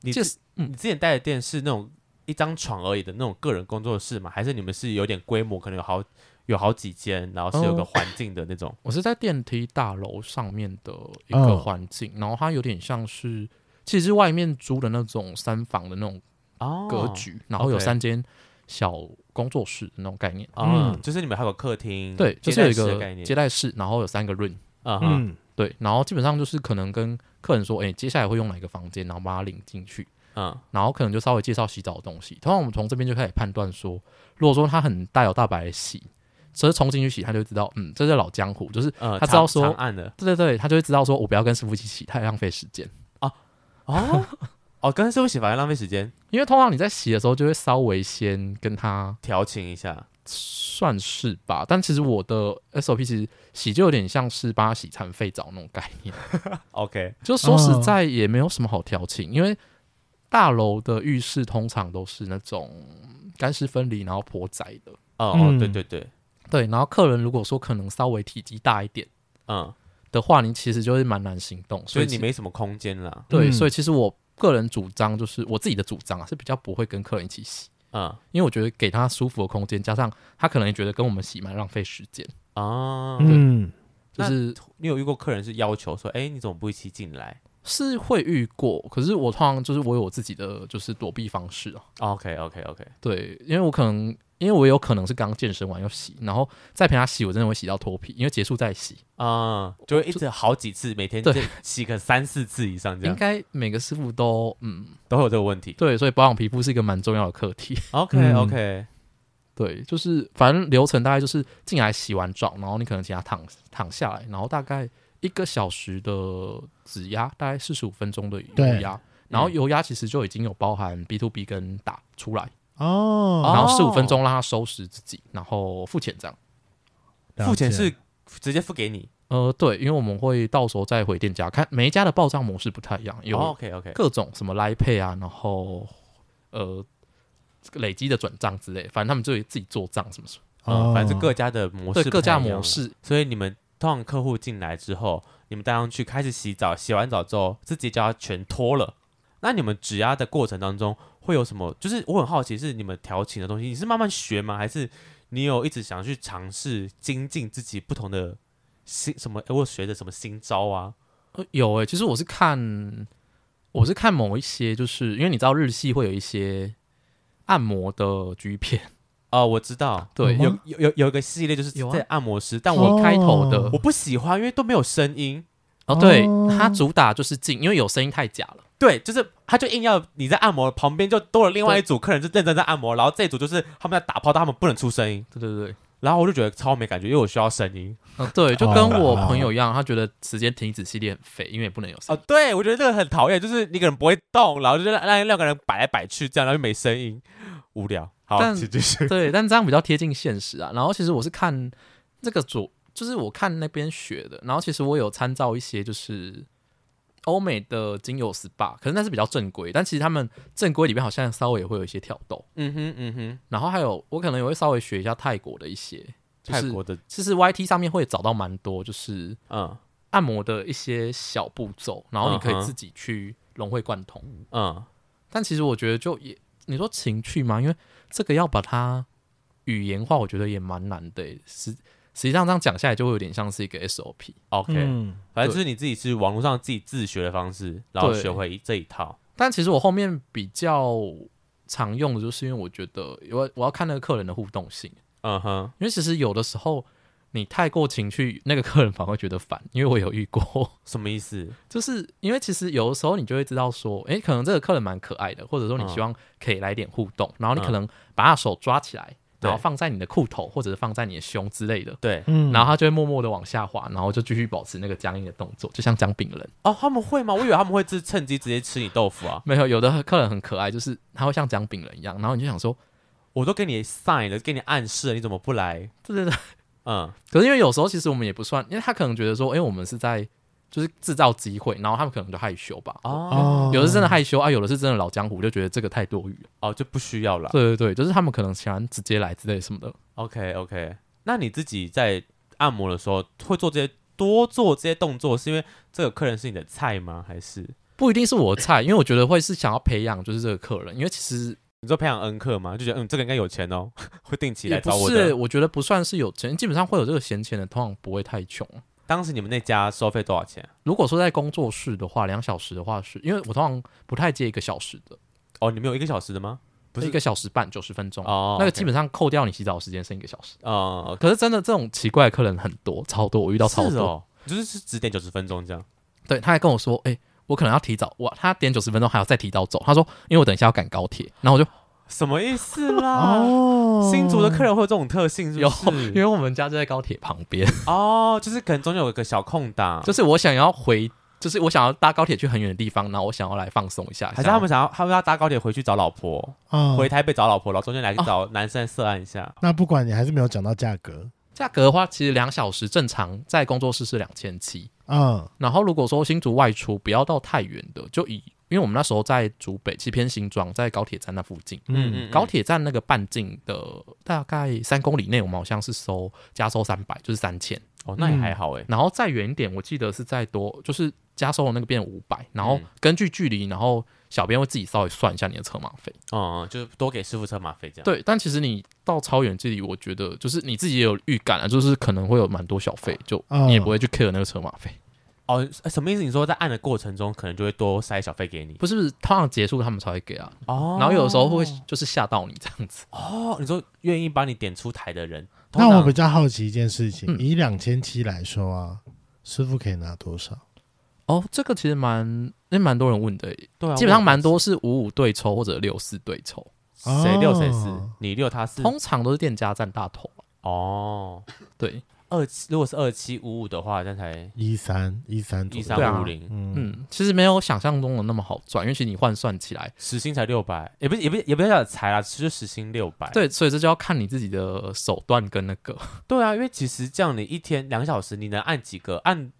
A: 你
C: 就
A: 之
C: 是嗯
A: 你之前带的店是那种一张床而已的那种个人工作室吗？还是你们是有点规模，可能有好有好几间，然后是有个
C: 哦
A: 环境的那种？
C: 我是在电梯大楼上面的一
B: 嗯
C: 个环境，然后它有点像是，其实是外面租的那种三房的那种
A: 哦，
C: 格局，然后有
A: OK
C: 三间小工作室的那种概念。
A: 啊，
B: 嗯
A: 就是你们还有个客厅，
C: 对，就
A: 嗯接
C: 是有
A: 待
C: 一
A: 室的概
C: 个接
A: 念，
C: 待室，然后有三个 room，
A: 嗯哼，
B: 嗯，
C: 对，然后基本上就是可能跟客人说，哎、接下来会用哪个房间，然后把他领进去，
A: 嗯，
C: 然后可能就稍微介绍洗澡的东西。通常我们从这边就开始判断说，如果说他很大摇大摆的洗，直接冲进去洗，他就知道，嗯，这是老江湖，就是
A: 呃，
C: 他知道
A: 长
C: 说
A: 长按的
C: 对对对，他就会知道说我不要跟师傅一起洗，太浪费时间。
A: 哦哦，跟师傅洗反而浪费时间，
C: 因为通常你在洗的时候，就会稍微先跟他
A: 调情一下，
C: 算是吧，但其实我的 SOP 其实洗就有点像是帮他洗残废澡那种概念，
A: OK，
C: 就说实
B: 哦
C: 在也没有什么好调情，因为大楼的浴室通常都是那种干湿分离，然后颇窄的，
A: 哦
B: 嗯
A: 哦，对对对，
C: 对，然后客人如果说可能稍微体积大一点
A: 嗯，
C: 的话，你其实就是蛮难行动，
A: 所
C: 所
A: 以
C: 以
A: 你
C: 其
A: 没什么空间啦，
C: 对，
B: 嗯
C: 所以其实我个人主张就是我自己的主张啊，是比较不会跟客人一起洗。
A: 嗯
C: 因为我觉得给他舒服的空间，加上他可能也觉得跟我们洗蛮浪费时间，
A: 啊，
B: 嗯，
C: 就
A: 那
C: 是
A: 你有遇过客人是要求说，哎，你怎么不一起进来
C: 是会遇过。可是我通常就是我有我自己的就是躲避方式啊，
A: ？OK OK OK，
C: 对，因为我可能因为我有可能是刚健身完要洗，然后再陪他洗，我真的会洗到脱皮，因为结束再洗，
A: 啊，就会一直好几次，每天
C: 对
A: 就洗个三四次以上，这
C: 应
A: 样
C: 该每个师傅都嗯
A: 都会有这个问题。
C: 对，所以保养皮肤是一个蛮重要的课题。
A: OK
B: 嗯
A: OK，
C: 对，就是反正流程大概就是进来洗完澡，然后你可能请他躺躺下来，然后大概一个小时的指压，大概四十五分钟的油
B: 对
C: 压，然后
A: 嗯
C: 油压其实就已经有包含 B to B 跟打出来，
B: 哦，
A: 哦
C: 然后十五分钟让他收拾自己，然后付钱这样。
B: 哦了
A: 付钱
B: 解
A: 是直接付给你。
C: 呃，对，因为我们会到时候再回店家看每一家的报账模式不太一样，有
A: 哦
C: 哦
A: OK OK，
C: 各种什么 Line Pay 啊，然后呃累积的转账之类，反正他们就会自己做账什么什么，
A: 嗯，
B: 哦
A: 反正各家的模
C: 对
A: 式，
C: 各家
A: 不太一样
C: 模。式
A: 所以你们通常客户进来之后，你们带上去开始洗澡，洗完澡之后自己就要全脱了。那你们指压的过程当中会有什么？就是我很好奇，是你们调情的东西，你是慢慢学吗？还是你有一直想去尝试精进自己不同的新什么？诶我有学的什么新招啊？
C: 呃，有诶、其实我是看，我是看某一些，就是因为你知道日系会有一些按摩的 G 片，
A: 哦，我知道，
C: 对，
B: 有
C: 有
B: 吗
A: 有有有有一个系列就是
C: 有啊
A: 在按摩师，但我、
C: 我开头的
A: 我不喜欢，因为都没有声音。
C: 哦，对
B: 哦，
C: 它主打就是静，因为有声音太假了，
A: 对，就是他就硬要你在按摩，旁边就多了另外一组客人，就认真在按摩，然后这一组就是他们在打炮，但他们不能出声音，
C: 对对对，
A: 然后我就觉得超没感觉，因为我需要声音
C: 嗯、对，就跟我
B: 哦
C: 朋友一样，他觉得时间停止系列很废，因为也不能有
A: 哦
C: 声音，。
A: 对，我觉得这个很讨厌，就是你可能不会动，然后就让让两个人摆来摆去这样，然后就没声音，无聊。好，
C: 但
A: 请继续。
C: 对，但这样比较贴近现实啊。然后其实我是看这个主，就是我看那边学的，然后其实我有参照一些就是欧美的精油 SPA，可是那是比较正规，但其实他们正规里面好像稍微也会有一些挑逗。
A: 嗯哼嗯哼，
C: 然后还有我可能也会稍微学一下泰国的一些，就
A: 泰
C: 是
A: 国的
C: 其实 YT 上面会找到蛮多就是
A: 嗯
C: 按摩的一些小步骤，然后你可
A: 嗯哼
C: 以自己去融会贯通。
A: 嗯
C: 但其实我觉得就也你说情趣嘛，因为这个要把它语言化，我觉得也蛮难的欸。实实际上这样讲下来，就会有点像是一个 SOP。
A: ，OK，
B: 嗯，
A: 反正就是你自己是网络上自己自学的方式，然后
C: 对
A: 学会这一套。
C: 但其实我后面比较常用的，就是因为我觉得我我要看那个客人的互动性，
A: 嗯哼，
C: 因为其实有的时候你太过情趣，那个客人反而会觉得烦，因为我有遇过，
A: 什么意思？
C: 就是因为其实有的时候你就会知道说，诶，可能这个客人蛮可爱的，或者说你
A: 嗯
C: 希望可以来点互动，然后你
A: 嗯
C: 可能把他手抓起来，
A: 对
C: 然后放在你的裤头或者是放在你的胸之类的。
A: 对，
B: 嗯
C: 然后他就会默默的往下滑，然后就继续保持那个僵硬的动作，就像姜饼人。
A: 哦，他们会吗？我以为他们会是趁机直接吃你豆腐啊！
C: 没有，有的客人很可爱，就是他会像姜饼人一样，然后你就想说，
A: 我都给你 sign 了，给你暗示了，你怎么不来？
C: 对对对。
A: 嗯
C: 可是因为有时候其实我们也不算，因为他可能觉得说，哎、我们是在就是制造机会，然后他们可能就害羞吧。哦，
A: 哦
B: 哦，
C: 有的是真的害羞啊，有的是真的老江湖，就觉得这个太多余了。
A: 哦，就不需要了。
C: 对对对，就是他们可能喜欢直接来之类什么的。
A: OK OK，那你自己在按摩的时候会做这些多做这些动作，是因为这个客人是你的菜吗？还是
C: 不一定是我的菜，因为我觉得会是想要培养就是这个客人，因为其实
A: 你说培养恩客吗？就觉得嗯，这个应该有钱哦， 会定期
C: 也
A: 来
C: 不
A: 找我
C: 是，
A: 的。
C: 我觉得不算是有钱，基本上会有这个闲钱的，通常不会太穷。
A: 当时你们那家收费多少钱？
C: 如果说在工作室的话，两小时的话是，因为我通常不太接一个小时的，
A: 哦，你们有一个小时的吗？不是
C: 一个小时半，九十分钟。
A: 哦，
C: 那个
A: OK
C: 基本上扣掉你洗澡的时间剩一个小时。
A: 哦，
C: 可是真的这种奇怪的客人很多，超多，我遇到超
A: 是
C: 多。
A: 哦，就是是只点九十分钟这样。
C: 对，他还跟我说，哎、我可能要提早，哇，他点九十分钟还要再提早走。他说，因为我等一下要赶高铁。然后我就
A: 什么意思啦？
B: 哦，
A: 新竹的客人会有这种特性，是
C: 有
A: 不，
C: 因
A: 是？
C: 为我们家就在高铁旁边，
A: 哦，就是可能中间有一个小空档，
C: 就是我想要回，就是我想要搭高铁去很远的地方，然后我想要来放松一下。
A: 还是
C: 想要
A: 他们想要他们要搭高铁回去找老婆，
C: 哦
B: 啊
A: 回台北找老婆，然后中间来找男生涉案一下。
B: 那不管你还是没有讲到价格，
C: 价格的话，其实两小时正常在工作室是两千七。
B: 嗯
C: 然后如果说新竹外出，不要到太远的，就以因为我们那时候在竹北，其实偏新庄，在高铁站那附近。
A: 嗯嗯，
C: 高铁站那个半径的大概三公里内，我们好像是收加收三百，就是三千。
A: 哦，那也还好哎。
C: 然后再远一点，我记得是再多，就是加收的那个变五百。然后
A: 嗯
C: 根据距离，然后小编会自己稍微算一下你的车马费。
A: 嗯，嗯就是多给师傅车马费这样。
C: 对，但其实你到超远距离，我觉得就是你自己也有预感啊，就是可能会有蛮多小费，就
B: 嗯
C: 你也不会去 care 那个车马费。
A: 哦，呃什么意思？你说在按的过程中，可能就会多塞小费给你
C: 不是，不是，通常结束他们才会给啊。
A: 哦。
C: 然后有的时候会就是吓到你这样子。
A: 哦，你说愿意帮你点出台的人，通
B: 那我
A: 常
B: 比较好奇一件事情，
C: 嗯
B: 以两千七来说啊，师傅可以拿多少？
C: 哦，这个其实蛮，那蛮多人问的耶，
A: 对啊，
C: 基本上蛮
A: 我
C: 多是五五对抽或者六四对抽，
B: 哦
A: 谁六谁四，你六他四
C: 通常都是店家占大头啊
A: 哦。
C: 对，
A: 二七如果是二七五五的话，那才
B: 一三一三左
A: 一
B: 右
A: 三
C: 对啊
A: 五零，
B: 嗯，
C: 嗯，其实没有想象中的那么好赚，因为其实你换算起来，
A: 时薪才六百，也不是也不是也不是叫才啦，其实就时薪六百。
C: 对，所以这就要看你自己的手段跟那个，
A: 对啊，因为其实这样你一天两小时，你能按几个？按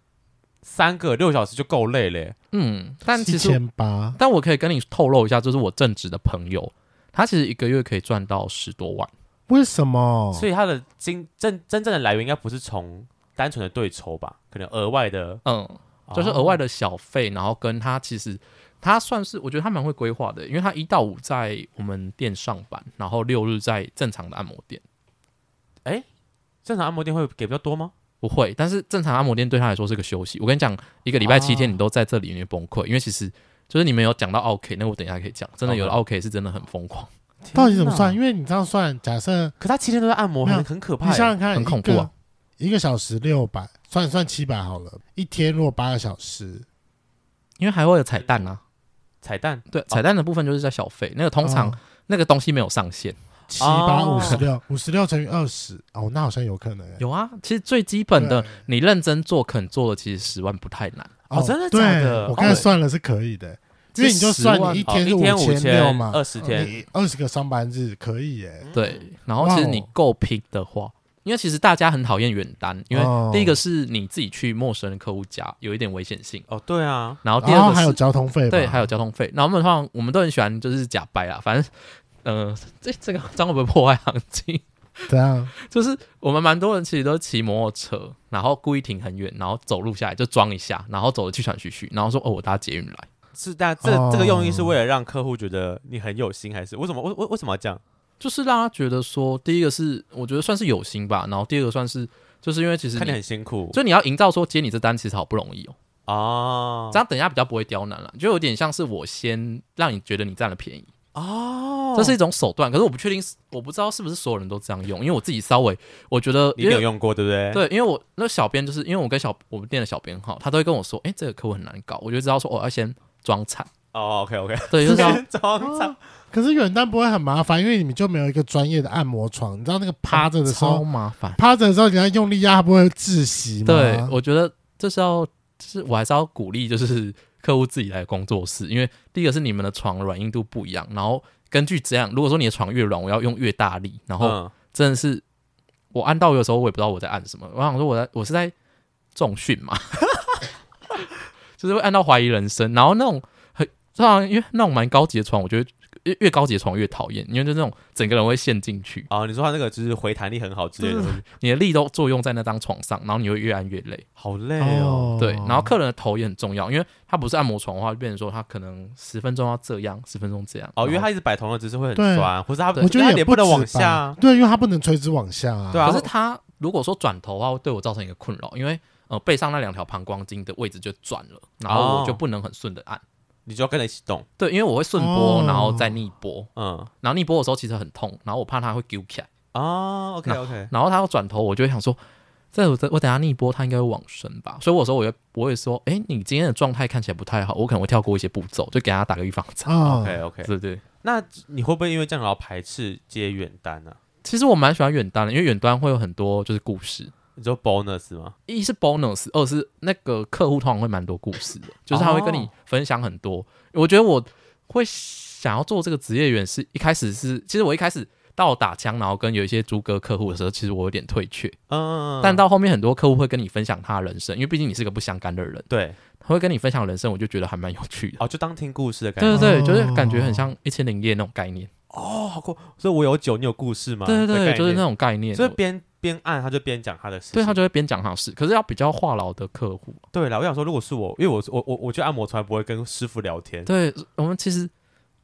A: 三个六小时就够累嘞。
C: 嗯，但
B: 一
C: 其实，
B: 千八，
C: 但我可以跟你透露一下，就是我正职的朋友，他其实一个月可以赚到十多万，
B: 为什么？
A: 所以它的金真真正的来源应该不是从单纯的对抽吧，可能额外的，哦
C: 嗯，就是额外
A: 的。
C: 的小费，然后跟他其实他算是我觉得他蛮会规划的，因为他一到五在我们店上班，然后六日在正常的按摩店
A: 正常按摩店会给比较多吗？
C: 不会，但是正常按摩店对他来说是个休息。我跟你讲，一个礼拜七天你都在这里，你会崩溃，因为其实就是你们有讲到 OK，那我等一下可以讲，真的有的 OK 是真的很疯狂，
B: 到底怎么算？因
A: 为
B: 为你这样算，假设
A: 可他七天都在按摩，
B: 没有
A: 很很可怕
B: 你想
A: 欸。
B: 想看，
C: 很恐怖啊
B: 一个！一个小时六百，算算七百好了。一天如果八个小时，
C: 因为还会有彩蛋啊。
A: 彩蛋
C: 对，彩蛋的部分就是在小费，那个通常那个东西没有上限。
B: 呃七八
A: 哦
B: 五十六，五十六乘以二十，哦，那好像有可能欸。
C: 有啊，其实最基本的
B: 对，
C: 你认真做肯做的，其实十万不太难。
A: 哦真的假的
B: 对我刚才
A: 哦
B: 算了是可以的，因为你就
C: 这10
B: 算
C: 万
B: 你一
A: 哦，
B: 天是
A: 一天
B: 千六
A: 千
B: 嘛，
A: 二十天，
B: 你二十个上班日可以耶。
C: 对，然后其实你
B: 哇哦
C: 够拼的话，因为其实大家很讨厌远单，因
B: 哦
C: 为第一个是你自己去陌生的客户家有一点危险性，
A: 哦，对啊，
C: 然后第
B: 然后
C: 二个
B: 哦还有
C: 是
B: 交通费吧，
C: 对还有交通费。那我们通常我们都很喜欢就是假掰啦，反正呃这这个这样会不会破坏行情？
B: 怎样？
C: 就是我们蛮多人其实都骑摩托车，然后故意停很远，然后走路下来就装一下，然后走的气喘吁吁，然后说哦我搭捷运来。
A: 是但这、
B: 哦
A: 这个用意是为了让客户觉得你很有心，还是为什么？为为为什么要这样？
C: 就是让他觉得说，第一个是我觉得算是有心吧，然后第二个算是就是因为其实
A: 看你
C: 你
A: 很辛苦
C: 就你要营造说接你这单其实好不容易哦，
A: 哦
C: 这样等一下比较不会刁难了，就有点像是我先让你觉得你占了便宜，
A: 哦，
C: 这是一种手段，可是我不确定是，我不知道是不是所有人都这样用，因为我自己稍微我觉得
A: 你一定
C: 因为
A: 有用过，对不对？
C: 对，因为我那小编就是因为我跟小我们店的小编号，他都会跟我说，哎、这个客户很难搞，我就知道说我、哦、要先装惨，
A: 哦，OK OK，
C: 对，就 是要
A: 装上
B: 可是远单不会很麻烦，因为你们就没有一个专业的按摩床，你知道那个趴着的时
C: 超
B: 候，
C: 麻烦。
B: 趴着的时候你要用力压，它不会窒息吗？
C: 对，我觉得这是要，就是我还是要鼓励，就是客户自己来工作室，因为第一个是你们的床软硬度不一样，然后根据这样，如果说你的床越软，我要用越大力，然后
A: 嗯，
C: 真的是、我按到有时候我也不知道我在按什么，我想说我在我是在重训嘛， 就是会按到怀疑人生，然后那种很通常因为那种蛮高级的床，我觉得越越高级的床越讨厌，因为就那种整个人会陷进去，
A: 哦，你说他那个就是回弹力很好之类的
C: 对
A: 东西，
C: 你的力都作用在那张床上，然后你会越按越累。
A: 好累哦。
B: 哦，
C: 对，然后客人的头也很重要，因为他不是按摩床的话，就变成说他可能十分钟要这样，十分钟这样。
A: 哦，因为
C: 然后
A: 他一直摆同的姿势会很
B: 对
A: 酸，或是他
C: 对
B: 我觉得
A: 他
B: 也
A: 脸不能
B: 止
A: 往
B: 吧
A: 下，啊
B: 对，因为它不能垂直往下啊。
A: 对啊
C: 可是他如果说转头的话，会对我造成一个困扰，因为呃背上那两条膀胱经的位置就转了，然后
A: 哦
C: 我就不能很顺的按。
A: 你就要跟着一起动。
C: 对，因为我会顺波，
B: 哦
C: 然后再逆波，
A: 嗯，
C: 然后逆波的时候其实很痛，然后我怕他会揪起来，
A: 哦，OK OK，
C: 然后他要转头，我就会想说，这我我等下逆波，他应该会往生吧，所以我有时候我会我会说，哎，你今天的状态看起来不太好，我可能会跳过一些步骤，就给他打个预防针，
B: 啊，
A: OK OK，
C: 对对。
A: 那你会不会因为这样然后排斥接远单啊呢？
C: 其实我蛮喜欢远端的，因为远端会有很多就是故事，
A: 你说 bonus 吗？
C: 一是 bonus，二是那个客户通常会蛮多故事的，就是他会跟
A: 哦
C: 你分享很多。我觉得我会想要做这个职业员是一开始是，其实我一开始到打枪，然后跟有一些猪哥客户的时候，其实我有点退却，
A: 嗯，
C: 但到后面很多客户会跟你分享他的人生，因为毕竟你是个不相干的人，
A: 对，
C: 他会跟你分享人生，我就觉得还蛮有趣的。
A: 哦，就当听故事的感
C: 对
A: 觉。
C: 对对，就是感觉很像《一千零一夜》那种概念。
A: 哦，好酷！所以我有酒，你有故事吗？
C: 对对
A: 的概
C: 对，就是那
A: 念
C: 种概念。
A: 所以边边按他就边讲他的事情。
C: 对他就会边讲他的事，可是要比较话痨的客户，
A: 对了，我想说，如果是我，因为我我我我去按摩从来不会跟师傅聊天。
C: 对我们其实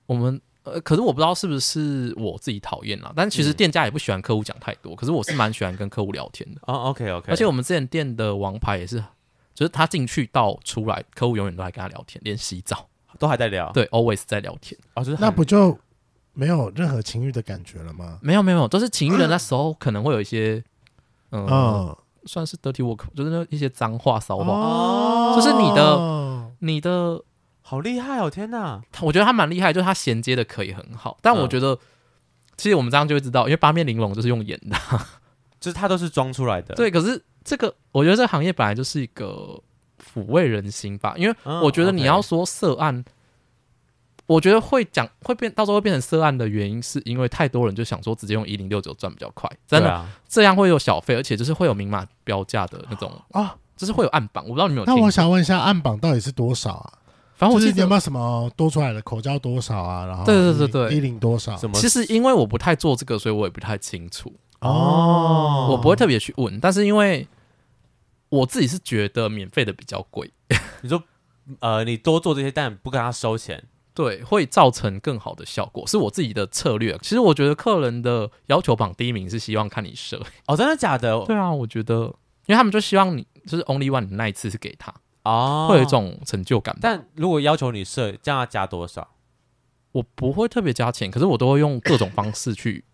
C: 我们呃，可是我不知道是不是我自己讨厌啦，啊但其实
A: 嗯
C: 店家也不喜欢客户讲太多，可是我是蛮喜欢跟客户聊天的，
A: 哦，OK OK，
C: 而且我们之前店的王牌也是。就是他进去到出来，客户永远都在跟他聊天，连洗澡，
A: 都还在聊。，
C: 对，always 在聊天。
A: 哦，就是
B: 那
A: 很
B: 不就没有任何情欲的感觉了吗？
C: 没有没有，就是情 欲的那时候可能会有一些，嗯，
B: 嗯，
C: 算是 dirty work，就是那一些脏话骚话。
B: 哦
C: 就是你
A: 哦
C: 你的
A: 好厉害哦！天哪，
C: 他我觉得他蛮厉害，就是他衔接的可以很好。但我
A: 嗯
C: 觉得，其实我们这样就会知道，因为八面玲珑就是用演的。
A: 就是他都是装出来的。，
C: 对，可是这个，我觉得这个行业本来就是一个抚慰人心吧，因为
A: 嗯
C: 我觉得你
A: OK
C: 要说涉案，我觉得会讲会变，到时候会变成涉案的原因，是因为太多人就想说直接用一零六九赚比较快，真的、
A: 啊。
C: 这样会有小费，而且就是会有明码标价的那种，
B: 啊。
C: 就是会有暗榜，我不知道你们有
B: 那
C: 听
B: 我，想问一下，暗榜到底是多少啊？
C: 反正
B: 就
C: 我记
B: 是
C: 得
B: 有没有什么多出来的口交多少啊？然后
C: 对对对对
B: 衣领多少？
A: 什么？
C: 啊其实因为我不太做这个，所以我也不太清楚。
A: 哦
C: 我不会特别去问，但是因为我自己是觉得免费的比较贵，
A: 你说呃，你多做这些，但不跟他收钱。
C: 对，会造成更好的效果，是我自己的策略。其实我觉得客人的要求榜第一名是希望看你射，
A: 哦，真的假的？
C: 对啊，我觉得，因为他们就希望你就是 only one 你那一次是给他，
A: 哦，
C: 会有一种成就感吧。
A: 但如果要求你设，这样要加多少？
C: 我不会特别加钱，可是我都会用各种方式去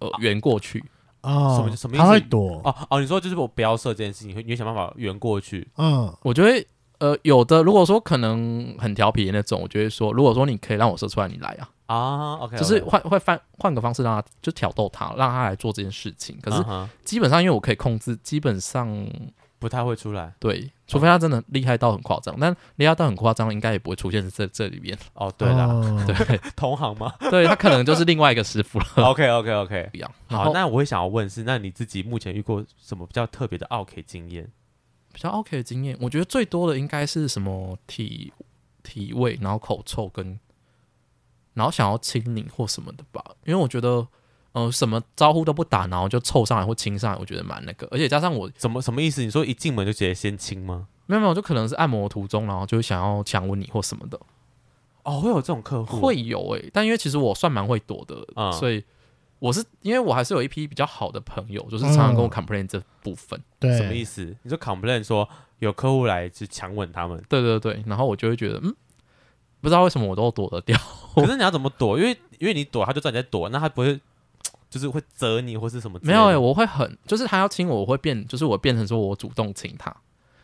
C: 呃圆过去。
B: 哦，
A: 什么什么意思
B: 他会躲，
A: 哦哦，你说就是我不要设这件事情，你会你会想办法圆过去。
B: 嗯，
C: 我觉得呃有的如果说可能很调皮的那种，我就会说，如果说你可以让我射出来，你来啊。
A: 啊，OK，
C: 就是换会换换个方式让他
A: 嗯
C: 就挑逗他，让他来做这件事情。可是
A: 可
C: 基本上因为我可以控制，基本上
A: 不太会出来。
C: 对，除非他真的厉害到很夸张，但厉害到很夸张，应该也不会出现在这这里面。
A: 哦，对啦，
B: 哦
C: 对，
A: 同行 吗
C: 对他可能就是另外一个 师傅了，
A: ？OK OK OK。
C: 一样。然
A: 好，
C: 后
A: 那我会想要问是，那你自己目前遇过什么比较特别的 OK 经验？
C: 比较 OK 的经验，我觉得最多的应该是什么体体味，然后口臭跟，然后想要亲你或什么的吧。因为我觉得，呃，什么招呼都不打，然后就凑上来或亲上来，我觉得蛮那个。而且加上我
A: 什么什么意思？你说一进门就直接先亲吗？
C: 没有没有，就可能是按摩途中，然后就会想要强吻你或什么的，
A: 哦，会有这种客户？
C: 会有诶、但因为其实我算蛮会躲的，
A: 嗯
C: 所以我是因为我还是有一批比较好的朋友，就是常常跟我 complain 这部分。
B: 对，
A: 什么意思？你说 complain 说有客户来是强吻他们，
C: 对对对，然后我就会觉得，嗯，不知道为什么我都躲得掉。
A: 可是你要怎么躲？因为因为你躲，他就知道你在躲，那他不会就是会责你或是什么之类
C: 没
A: 的？
C: 有哎、我会很，就是他要亲我，我会变，就是我变成说我主动亲他，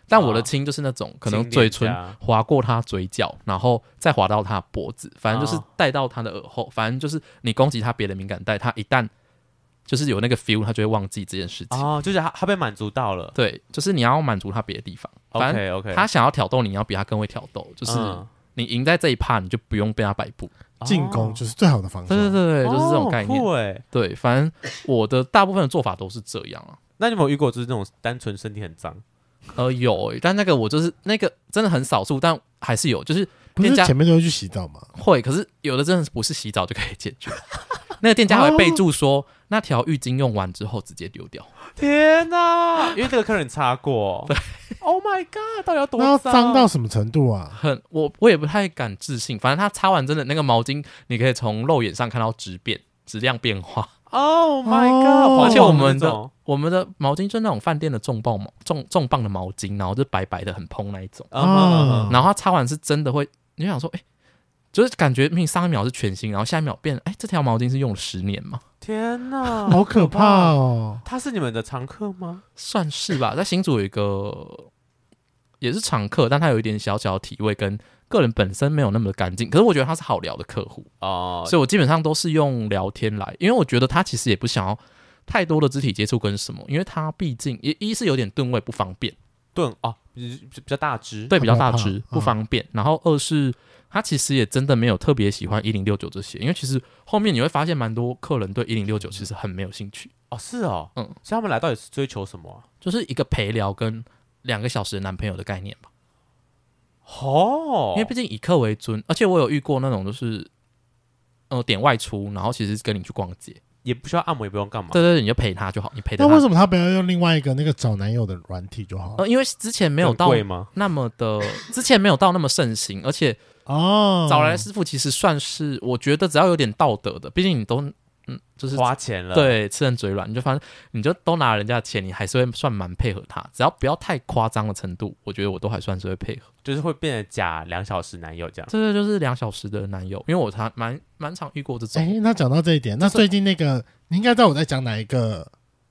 C: 但我的亲就是那种可能
A: 亲
C: 嘴
A: 脸
C: 唇
A: 颊
C: 划过他嘴角，然后再划到他脖子，反正就是
A: 哦
C: 带到他的耳后，反正就是你攻击他别的敏感带，他一旦就是有那个 feel，他就会忘记这件事情。
A: 哦，就是他他被满足到了。
C: 对，就是你要满足他别的地方，反正
A: OK OK，嗯
C: 他想要挑逗你，你要比他更会挑逗，就是你赢在这一趴，你就不用被他摆布。
B: 进
A: 哦
B: 攻就是最好的防守
C: 对。对对对，就是这种概念。
A: 对，
C: 对，反正我的大部分的做法都是这样啊。
A: 那你有没有遇过就是那种单纯身体很 脏？
C: 呃，有欸、但那个我就是那个真的很少数，但还是有，就是
B: 不是
C: 店家
B: 前面都会去洗澡吗？
C: 会，可是有的真的不是洗澡就可以解 决。那个店家还备注说，那条浴巾用完之后直接丢掉。
A: 天哪！因为这个客人擦过。Oh my god！到底要多哦
B: 那要脏到什么程度啊？
C: 很，我我也不太敢置信，反正他擦完真的那个毛巾，你可以从肉眼上看到质变、质量变化。
A: ？Oh my
B: 哦
A: god！
C: 而且我们
A: 的
C: 的我们的毛巾就是那种饭店的重磅毛重重磅的毛巾，然后就白白的很蓬那一
A: 嗯
C: 种。
B: 啊
C: 然后他擦完是真的会，你就想说，哎、就是感觉命上一哎秒是全新，然后下一秒变，哎、这条毛巾是用了十年嘛，
A: 天哪，
B: 好可怕！哦！
A: 他是你们的常客吗？
C: 算是吧。在新竹有一个也是常客，但他有一点小小的体味，跟个人本身没有那么的干净。可是我觉得他是好聊的客户，
A: 哦，
C: 所以我基本上都是用聊天来，因为我觉得他其实也不想要太多的肢体接触跟什么，因为他毕竟也一是有点吨位不方便。
A: 盾哦，比比较大只。
C: 对，比较大
B: 怕
C: 只，
B: 嗯
C: 不方便。然后二是他其实也真的没有特别喜欢一零六九这些，因为其实后面你会发现蛮多客人对一零六九其实很没有兴趣，
A: 哦，是哦，
C: 嗯
A: 所以他们来到底是追求什么啊？
C: 就是一个陪聊跟两个小时的男朋友的概念吧。
A: 哦，
C: 因为毕竟以客为尊，而且我有遇过那种就是。呃，点外出，然后其实跟你去逛街，
A: 也不需要按摩，也不用干嘛。
C: 对对对，你就陪他就好，你陪着
B: 那为
C: 他。
B: 什么他不要用另外一个那个找男友的软体就好了？
C: 呃，因为之前没
A: 没
C: 有到
A: 贵吗？
C: 那么的，之前没有到那么盛行，而且
B: 哦，
C: 找来的师傅其实算是，我觉得只要有点道德的，毕竟你都嗯，就是
A: 花钱了。，
C: 对，吃人嘴软，你就反正你就都拿人家的钱，你还是会算蛮配合他，只要不要太夸张的程度，我觉得我都还算是会配合。
A: 就是会变得假两小时男友这样。
C: 这个就是两小时的男友，因为我常蛮蛮常遇过这种，
B: 哎，那讲到这一点，那最近那个你应该知道我在讲哪一个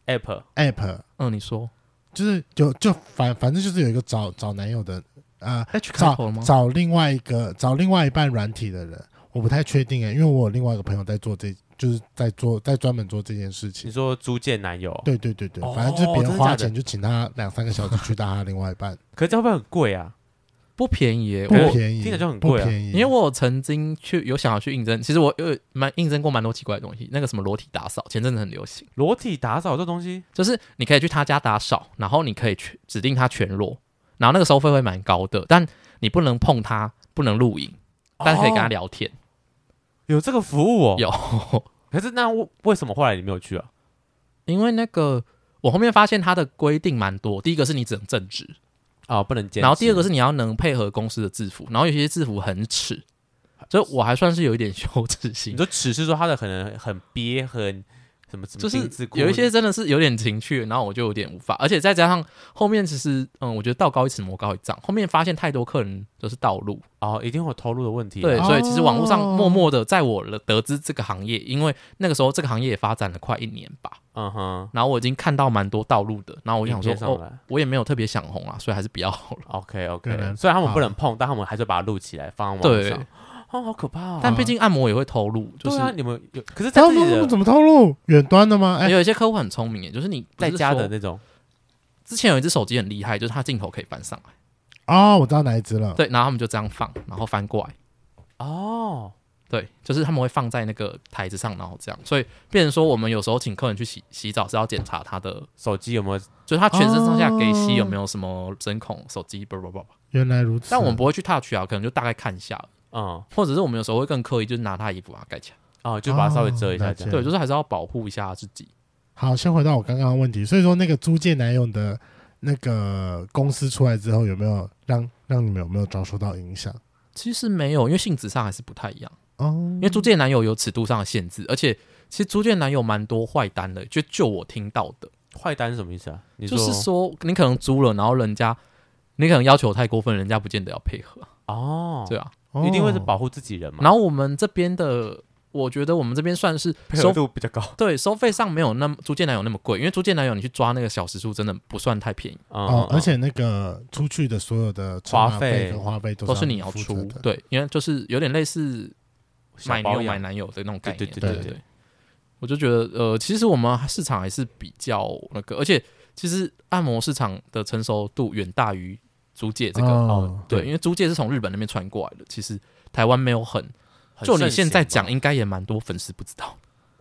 A: app
B: app，
C: 嗯，你说
B: 就是就就反反正就是有一个找找男友的呃
C: H 开
B: 找
C: 头了吗？
B: 找另外一个找另外一半软体的人，我不太确定哎，因为我有另外一个朋友在做这，就是在做在专门做这件事
A: 你
B: 情。
A: 说租借男友，
B: 对对对对
A: 哦，
B: 反正就是别人
A: 真的
B: 花
A: 假的
B: 钱就请他两三个小时去搭他另外一半，
A: 可是这样会不会很贵啊？
C: 不便宜耶，
B: 不
C: 我
B: 便宜，
A: 听着就很
B: 不
A: 贵啊
B: 便宜，
C: 因为我有曾经去有想要去应征，其实我有蛮应征过蛮多奇怪的东西，那个什么裸体打扫，前阵子很流行，
A: 裸体打扫这东西，
C: 就是你可以去他家打扫，然后你可以去指定他全裸，然后那个收费会蛮高的，但你不能碰他，不能录影，但是可以跟他
A: 哦
C: 聊天，
A: 有这个服务哦。
C: 有。
A: 可是那为为什么后来你没有去啊？
C: 因为那个我后面发现它的规定蛮多，第一个是你只能正职，
A: 啊，不能兼职。
C: 然后第二个是你要能配合公司的制服，然后有些制服很 耻，所以我还算是有一点羞耻
A: 你
C: 心，
A: 说尺是说他的可能很憋，很什么什么
C: 就是
A: 丁字裤
C: 有一些真的是有点情趣，然后我就有点无法，而且再加上后面其实嗯，我觉得道高一尺魔高一丈，后面发现太多客人就是道路，
A: 哦，一定会有投入的问题啊。
C: 对，
B: 哦
C: 所以其实网络上默默的在我了得知这个行业，因为那个时候这个行业也发展了快一年吧，
A: 嗯哼，
C: 然后我已经看到蛮多道路的，然后
A: 我
C: 我就想说
A: 上
C: 哦，
A: 来。
C: 我也没有特别想红啊，所以还是比较好了。
A: OK
B: 可
A: OK，
B: 能
A: 虽然他们不
B: 啊
A: 能碰，但他们还是把它录起来放在网
C: 对
A: 上。哦，好可怕哦！
C: 但毕竟按摩也会投入，就
A: 对
C: 是、
A: 啊，你们有可是在
B: 他
A: 自己
B: 们
A: 的
B: 怎么透露远端的吗？哎，
C: 有一些客户很聪明耶，就是你不
A: 在
C: 是
A: 家
C: 说
A: 的那种，
C: 之前有一只手机很厉害，就是它镜头可以翻上来，
B: 哦，我知道哪一只了。
C: 对，然后他们就这样放，然后翻过来，
A: 哦，
C: 对，就是他们会放在那个台子上，然后这样，所以变成说我们有时候请客人去洗洗澡是要检查他的，
A: 手机有没有？
C: 就是他全身上下给
B: 哦
C: 吸有没有什么针孔、手机，不不不不，
B: 原来如此。
C: 但我们不会去 touch 啊，可能就大概看一下，
A: 嗯，
C: 或者是我们有时候会更刻意，就是拿他的衣服把它盖起来，
A: 哦，就把它稍微
B: 哦
A: 遮一下
B: 了
A: 这
B: 解
A: 样。
C: 对，就是还是要保护一下自己。
B: 好，先回到我刚刚的问题。所以说，那个租借男友的那个公司出来之后，有没有让让你们有没有遭受到影响？
C: 其实没有，因为性质上还是不太一样。
B: 哦
C: 因，为租借男友有尺度上的限制，而且其实租借男友蛮多坏单的，就就我听到的，
A: 坏单是什么意思啊？你
C: 就是说你可能租了，然后人家你可能要求太过分，人家不见得要配合，
A: 哦，
C: 对啊。
B: 哦
A: 一定会是保护自己人嘛。
C: 然后我们这边的，我觉得我们这边算是
A: 配合
C: 收
A: 度比较高。
C: 对收费上没有那么租借男友那么贵，因为租借男友你去抓那个小时数真的不算太便宜，
A: 嗯
B: 哦
A: 嗯，
B: 而且那个出去的所有的车马
A: 花费
B: 跟花费都
C: 都是
B: 是
C: 你要
B: 负
C: 出
B: 责的，
C: 对，因为就是有点类似
A: 小
C: 买
A: 保
C: 牛买
A: 养
C: 男友的那种概念。
A: 对
C: 对
A: 对
B: 对
C: 对我就觉得呃，其实我们市场还是比较那个，而且其实按摩市场的成熟度远大于租借这个。呃
B: 哦
C: 对，因为租借是从日本那边传过来的，其实台湾没有很。
A: 很
C: 就你
A: 盛
C: 现在
A: 行
C: 讲，
A: 嘛
C: 应该也蛮多粉丝不知道。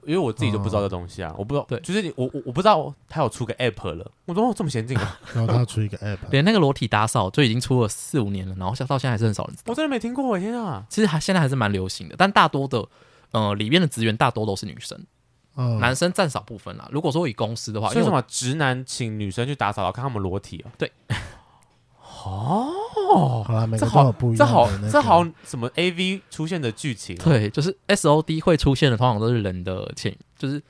A: 因为我自己就不知道这东西啊，我不知道，
C: 对
A: 就是你我我我不知道他有出个 app 了，我说哦这么先进 啊，
B: 然后他要出一个
A: 嗯
B: app，
C: 连那个裸体打扫就已经出了四五年了，然后到现在还是很少人知道
A: 我。真的没听过，天啊，
C: 其实还现在还是蛮流行的，但大多的呃里面的职员大多都是女生，
B: 嗯，
C: 男生占少部分啦。如果说以公司的话，因
A: 所
C: 为
A: 以什
C: 我
A: 么直男请女生去打扫，看他们裸体哦，
C: 对，
A: 哦，
B: 好啦，每
A: 这
B: 个都
A: 好
B: 有不一
A: 这
B: 样的
A: 好
B: 那个
A: 这好什么 AV 出现的剧情啊，
C: 对，就是 S O D 会出现的，通常都是人的潜，就是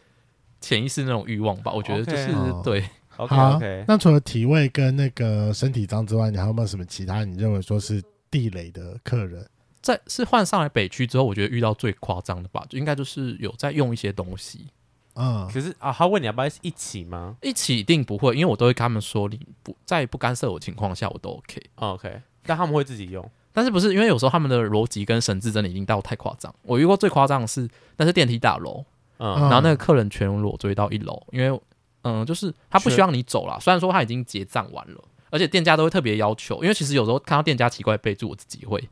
C: 潜意识那种欲望吧。我觉得就是
A: OK
B: 哦
C: 对，
A: ，OK
B: 好
A: OK，
B: 那除了体位跟那个身体脏之外，你还有没有什么其他你认为说是地雷的客人？
C: 在是换上来北区之后，我觉得遇到最夸张的吧，就应该就是有在用一些东西。
B: 嗯，
A: 可是啊，他问你要不要一起吗
C: 一起一定不会，因为我都会跟他们说，你不在不干涉我的情况下，我都 OK。
A: 哦？OK，但他们会自己用，
C: 但是不是因为有时候他们的逻辑跟神智真的已经到太夸张。我遇过最夸张的是，那是电梯大楼，
A: 嗯
B: 嗯
C: 然后那个客人全裸追到一楼，因为嗯，就是他不
A: 是
C: 希望你走啦。虽然说他已经结账完了，而且店家都会特别要求，因为其实有时候看到店家奇怪的备注，我自己会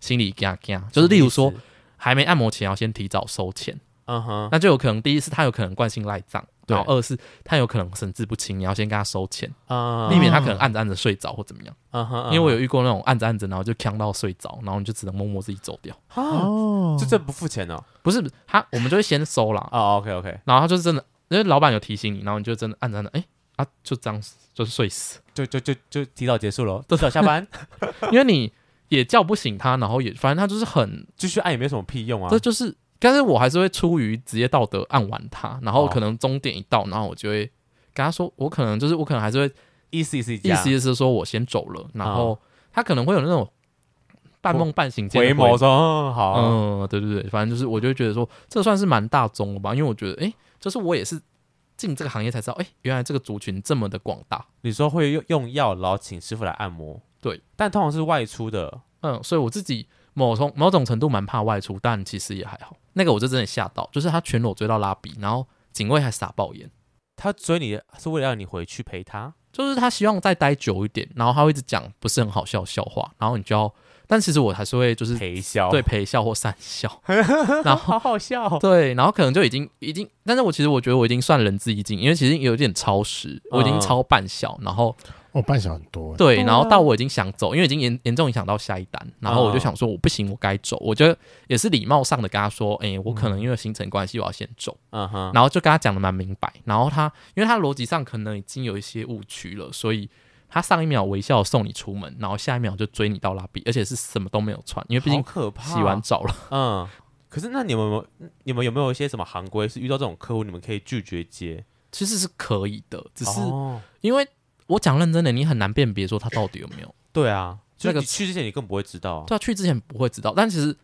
C: 心里嘎嘎，就是例如说
A: 什么意思，
C: 还没按摩前要先提早收钱，
A: 嗯哼，
C: 那就有可能第一是他有可能惯性赖账，
A: 对
C: 然后二是他有可能神志不清，你要先跟他收钱，
A: 嗯
C: 避免他可能按着按着睡着或怎么样。
A: 嗯哼，
C: 因为我有遇过那种按着按着然后就呛到睡着，然后你就只能默默自己走掉。
A: 啊，
B: 哦，
A: 就这不付钱哦，
C: 不是他，我们就会先收啦，
A: 哦 OK OK，
C: 然后他就是真的，因为老板有提醒你，然后你就真的按着按着，哎、啊，就这样就是睡死，
A: 就就就就提早结束了，提早下班，
C: 因为你也叫不醒他，然后也反正他就是很，
A: 继续按也没什么屁用啊
C: 这，就是，但是我还是会出于职业道德按完他，然后
A: 哦
C: 可能终点一到，然后我就会跟他说，我可能就是我可能还是会
A: 意思意思一
C: 意
A: 下
C: 思意思说我先走了，然
A: 啊
C: 后他可能会有那种半梦半醒间的
A: 回眸说嗯好啊，
C: 嗯，对对对，反正就是我就会觉得说，这算是蛮大众了吧，因为我觉得，哎，就是我也是进这个行业才知道，哎，原来这个族群这么的广大，
A: 你说会用用药，然后请师傅来按摩，
C: 对，
A: 但通常是外出的，
C: 嗯，所以我自己某从某种程度蛮怕外出，但其实也还好。那个我就真的吓到，就是他全裸追到拉比，然后警卫还撒爆盐，
A: 他追你是为了让你回去陪他，
C: 就是他希望再待久一点，然后他会一直讲不是很好笑的笑话，然后你就要，但其实我还是会就是
A: 陪笑，
C: 对，陪笑或讪笑， 然后
A: 好好笑哦，
C: 对，然后可能就已经已经，但是我其实我觉得我已经算仁至义尽，因为其实有点超时，我已经
A: 嗯
C: 超半小，然后
B: 哦，半小很多欸，
C: 对，
A: 啊
C: 然后到我已经想走，因为已经严严重影响到下一单，然后我就
A: 哦
C: 想说我不行，我该走，我就也是礼貌上的跟他说，哎、我可能因为行程关系我要先走，
A: 嗯哼，
C: 然后就跟他讲的蛮明白，然后他因为他逻辑上可能已经有一些误区了，所以。他上一秒微笑送你出门，然后下一秒就追你到拉比，而且是什么都没有穿，因为毕
A: 好
C: 竟
A: 可怕，
C: 洗完，澡了。
A: 嗯。可是，那你们有没有你们有没有一些什么行规是遇到这种客户你们可以拒绝接？
C: 其实是可以的，只是
A: 哦
C: 因为我讲认真的，你很难辨别说他到底有没有。
A: 对啊，就
C: 那个
A: 你去之前你更不会知道啊，
C: 对啊，去之前不会知道，但其实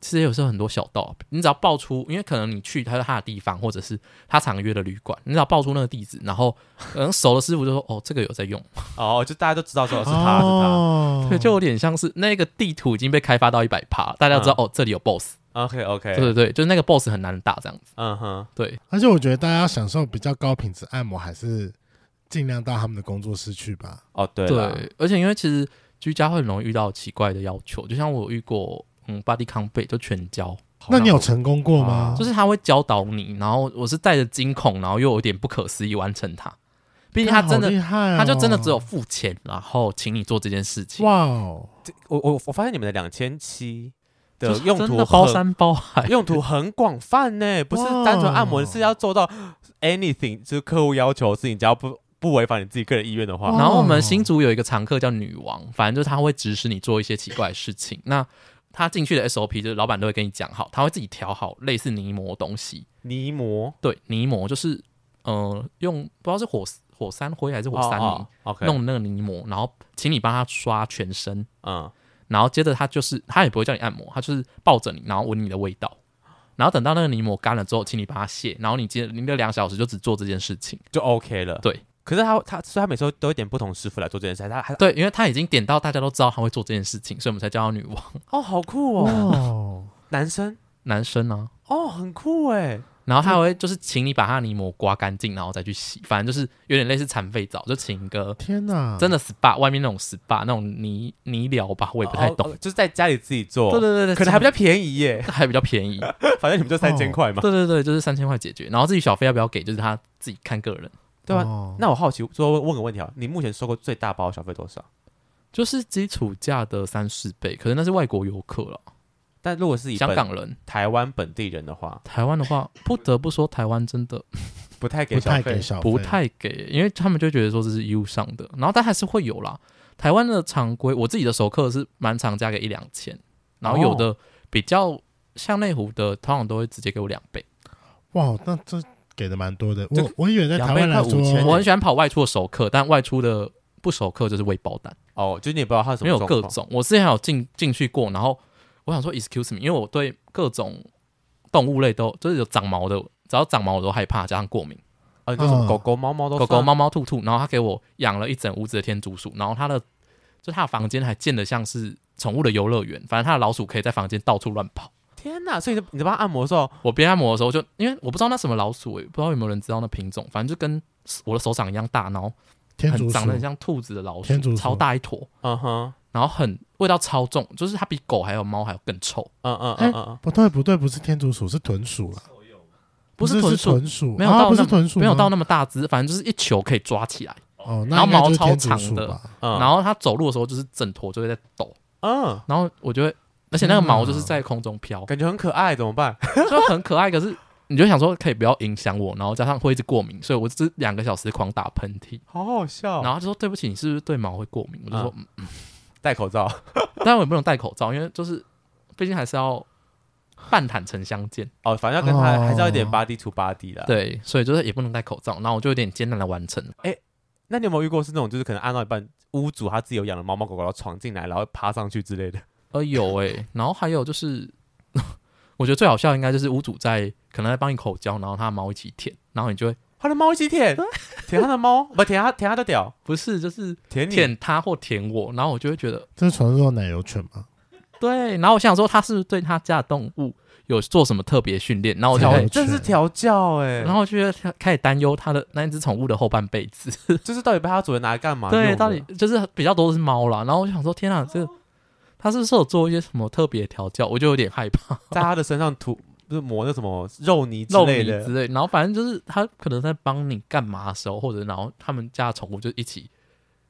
C: 其实有时候很多小道，你只要报出，因为可能你去他他的地方，或者是他常约的旅馆，你只要报出那个地址，然后可能熟的师傅就说：“哦，这个有在用。
A: 哦，就大家都知道说是他是他
B: 哦，
C: 对，就有点像是那个地图已经被开发到一百趴，大家知道、哦，这里有 BOSS。
A: ，OK
C: 对
A: OK，
C: 对对，就是那个 BOSS 很难打这样子。
A: 嗯哼，
C: 对，
B: 而且我觉得大家要享受比较高品质按摩，还是尽量到他们的工作室去吧。
A: 哦，对了，
C: 对，而且因为其实居家会很容易遇到奇怪的要求，就像我有遇过，嗯，body con 背就全教。
B: 那你有成功过
A: 啊
B: 吗？
C: 就是他会教导你，然后我是带着惊恐，然后又有点不可思议完成它。毕竟他
B: 好
C: 真的，
B: 厉害哦
C: 他就真的只有付钱，然后请你做这件事情。
B: 哇哦，
A: 这我我我发现你们的两千七
C: 就
A: 的
C: 是
A: 用
C: 真
A: 途
C: 的包
A: 很
C: 山包海，
A: 用途很广泛呢，不是
B: 哇
A: 单纯按摩，是要做到 anything，就是客户要求的事情，只要不不违反你自己个人意愿的话
B: 哇，
C: 然后我们新竹有一个常客叫女王，反正就是她会指使你做一些奇怪的事情。那她进去的 SOP 就是老板都会跟你讲好，她会自己调好类似泥膜的东西。
A: 泥膜
C: 对，泥膜就是呃用不知道是火火山灰还是火山泥、
A: 哦哦，OK，
C: 弄那个泥膜，然后请你帮她刷全身，
A: 嗯，
C: 然后接着她就是她也不会叫你按摩，她就是抱着你，然后闻你的味道。然后等到那个泥膜干了之后，请你把它卸，然后你接你那两小时就只做这件事情。
A: 就 OK 了。
C: 对，
A: 可是他他所以他每次都会点不同师傅来做这件事，他还
C: 对，因为她已经点到大家都知道她会做这件事情，所以我们才叫她女王。
A: 哦好酷
B: 哇
A: 哦，
B: 哦，
A: 男生
C: 男生啊，
A: 哦很酷哎，
C: 然后他还会就是请你把他的泥膜刮干净，然后再去洗，反正就是有点类似残废澡，就请一个
B: 天哪！
C: 真的 SPA，外面那种 SPA 那种泥泥疗吧，我也不太懂。
A: 哦哦就是在家里自己做，
C: 对对对对，
A: 可能 还比较便宜耶， 哦
C: 较还比较便宜。
A: 反正你们就三千块嘛。
C: 对对对，就是三千块解决，然后自己小费要不要给，就是他自己看个人。
A: 对啊
B: 哦
A: 那我好奇，说问个问题啊，你目前收过最大包的小费多少？
C: 就是基础价的三四倍，可是那是外国游客了，
A: 但如果是以
C: 香
A: 本
C: 港人。
A: 台湾本地人的话，
C: 台湾的话，不得不说，台湾真的
A: 不太给
B: 不
A: 小
B: 太
A: 费
B: 给，小费，
C: 不太给，因为他们就觉得说这是义务上的，然后但还是会有啦。台湾的常规，我自己的熟客是蛮常加个一两千，然后有的比较像内湖的，通常都会直接给我两倍。
B: 哇，那这给的蛮多的。
A: 这
B: 我我以为在台湾来
A: 两倍快5000
B: 说，
C: 我很喜欢跑外出的熟客，但外出的不熟客就是未包单，
A: 哦，就是你也不知道他什
C: 因为
A: 么
C: 有
A: 状
C: 各
A: 况
C: 种。我之前还有进进去过，然后我想说 excuse me，因为我对各种动物类都就是有长毛的，只要长毛我都害怕，加上过敏。
A: 啊，你说什么
B: 嗯
A: 狗狗、猫猫都
C: 狗狗、
A: 算
C: 猫猫、兔兔，然后他给我养了一整屋子的天竺鼠，然后他的就他的房间还建的像是宠物的游乐园，反正他的老鼠可以在房间到处乱跑。
A: 天哪！所以你在你在帮它按摩的时候，
C: 我边按摩的时候就，因为我不知道那什么老鼠、欸，不知道有没有人知道那品种，反正就跟我的手掌一样大，然后
B: 天
C: 很
B: 竺鼠
C: 长得很像兔子的老
B: 天竺
C: 鼠，
B: 鼠
C: 超大一坨，
A: 嗯哼，
C: 然后很味道超重，就是它比狗还有猫还要更臭，
A: 嗯嗯嗯嗯，嗯
B: 不对不对，不是天竺鼠，是豚鼠了，
C: 不
B: 是
C: 豚
B: 是
C: 鼠，
B: 豚鼠，
C: 没有
B: 啊
C: 到
B: 不是
C: 那
B: 豚鼠吗，
C: 没有到那么大只，反正就是一球可以抓起来，
B: 哦，
C: 然
B: 那
C: 后
B: 应该就是
C: 毛超
B: 天竺
C: 长
B: 鼠
C: 的
B: 吧？
A: 嗯
C: 然后它走路的时候就是整坨就会在抖，
A: 嗯，
C: 然后我就会，而且那个
B: 天哪
C: 毛就是在空中飘。
A: 感觉很可爱，怎么办？
C: 就很可爱，可是你就想说可以不要影响我，然后加上会一直过敏，所以我这两个小时狂打喷嚏，
A: 好好笑
C: 然后他就说对不起，你是不是对毛会过敏？我就说，嗯
A: 戴口罩，
C: 当然我也不能戴口罩，因为就是毕竟还是要半坦诚相见，
A: 哦，反正要跟它
B: 哦
A: 还是要一点 body to body 啦。，
C: 对，所以就是也不能戴口罩，然后我就有点艰难的完成。
A: 那你有没有遇过是那种就是可能按到一半，屋主他自己有养的猫猫狗狗，然后闯进来，然后爬上去之 类的？
C: 呃，有诶、然后还有就是， 我觉得最好笑应该就是屋主在可能在帮你口交，然后他的猫一起舔，然后你就会
A: 他的猫一起 舔，舔他的猫， 不舔他舔他的屌，
C: 不是就是
A: 舔你。
C: 舔他或舔我，然后我就会觉得
B: 这是传说奶油犬吗？
C: 对，然后我想说他是不是对他家的动物有做什么特别训练，然后我就
A: 调
B: 对，
A: 真是调教哎、
C: 然后我就觉得他开始担忧他的那一只宠物的后半辈子，
A: 就是到底被他主人拿来干嘛用的？哦
C: 对，到底就是比较多是猫啦。然后我就想说，天啊，这他是不是有做一些什么特别调教？我就有点害怕，
A: 在他的身上涂，不是抹那什么肉泥之
C: 肉
A: 类
C: 泥
A: 的
C: 之类。然后反正就是他可能在帮你干嘛的时候，或者然后他们家的宠物就一起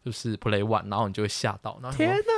C: 就是 play one，然后你就会吓到。然后
A: 天
C: 哪！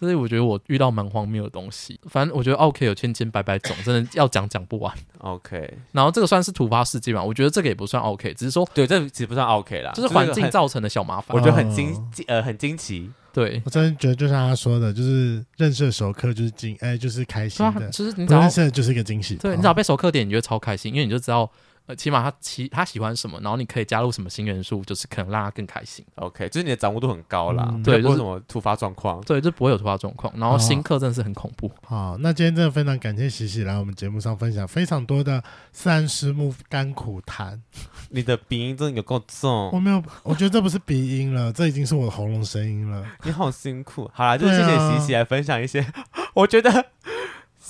C: 这是我觉得我遇到蛮荒谬的东西，反正我觉得 OK 有千千百百种，真的要讲讲不完。
A: 哦 OK，
C: 然后这个算是突发事件吧，我觉得这个也不算 OK，只是说
A: 对，这其实不算 OK 啦，
C: 就是环境
A: 很，
C: 造成嗯的小麻烦。
A: 我觉得很惊
B: 哦
A: 惊呃很惊奇，
C: 对，
B: 我真的觉得就像他说的，就是认识的熟客就是惊，哎，就是开
C: 对
B: 心
C: 啊，
B: 的；
C: 就是你只
B: 不
C: 要
B: 认识的就是一个惊喜。
C: 对你只要被熟客点，你就会超开心，因为你就知道，呃，起码他喜他喜欢什么，然后你可以加入什么新元素，就是可能让他更开心。
A: OK，就是你的掌握度很高啦，
B: 嗯
A: 对，
C: 对
A: 不会
C: 就是
A: 什么突发状况。
C: 对，就不会有突发状况。然后
B: 哦
C: 新客真的是很恐怖，
B: 好，那今天真的非常感谢喜喜来我们节目上分享非常多的三师木甘苦谈。
A: 你的鼻音真的有够
B: 我
A: 重，
B: 没有，我觉得这不是鼻音了，这已经是我的喉咙声音了。
A: 你好辛苦。好啦，就是谢
B: 对
A: 谢
B: 啊
A: 喜喜来分享一些， 我觉得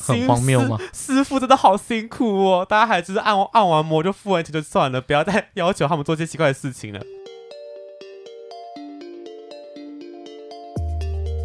C: 很荒谬吗？
A: 师傅真的好辛苦哦，大家还就是按按完摩就付完钱就算了，不要再要求他们做一些奇怪的事情了。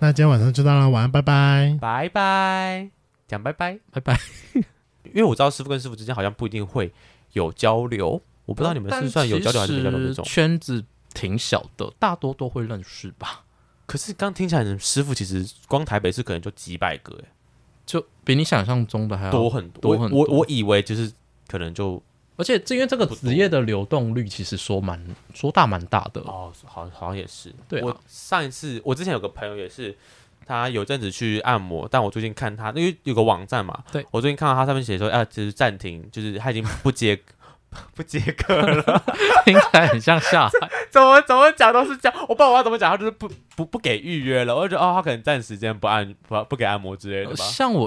B: 那今天晚上就到了，晚安，拜拜。
A: 拜拜，讲拜拜，
C: 拜拜。
A: 因为我知道师傅跟师傅之间好像不一定会有交流，我不知道你们
C: 哦但
A: 是算有交流还是没交流那
C: 其实
A: 种。
C: 圈子挺小的，大多都会认识吧，
A: 可是刚听起来，师傅其实光台北市可能就几百个，哎
C: 就比你想象中的还要
A: 多很
C: 多
A: 我
C: 很
A: 我
C: 多
A: 我以为就是可能就
C: 而且这因为这个职业的流动率其实说蛮说大蛮大 的，
A: 哦，好好像也是。
C: 对啊
A: 我上一次我之前有个朋友也是，他有阵子去按摩，但我最近看他，因为有个网站嘛，
C: 对
A: 我最近看到他上面写说，啊，就是暂停，就是他已经不接 不接客了。
C: 听起来很像 下海。
A: 怎么怎么讲都是这样，我不知道我要怎么讲，他就是不不不给预约了。我就觉得哦，他可能暂时间不按不不给按摩之类的吧。
C: 像我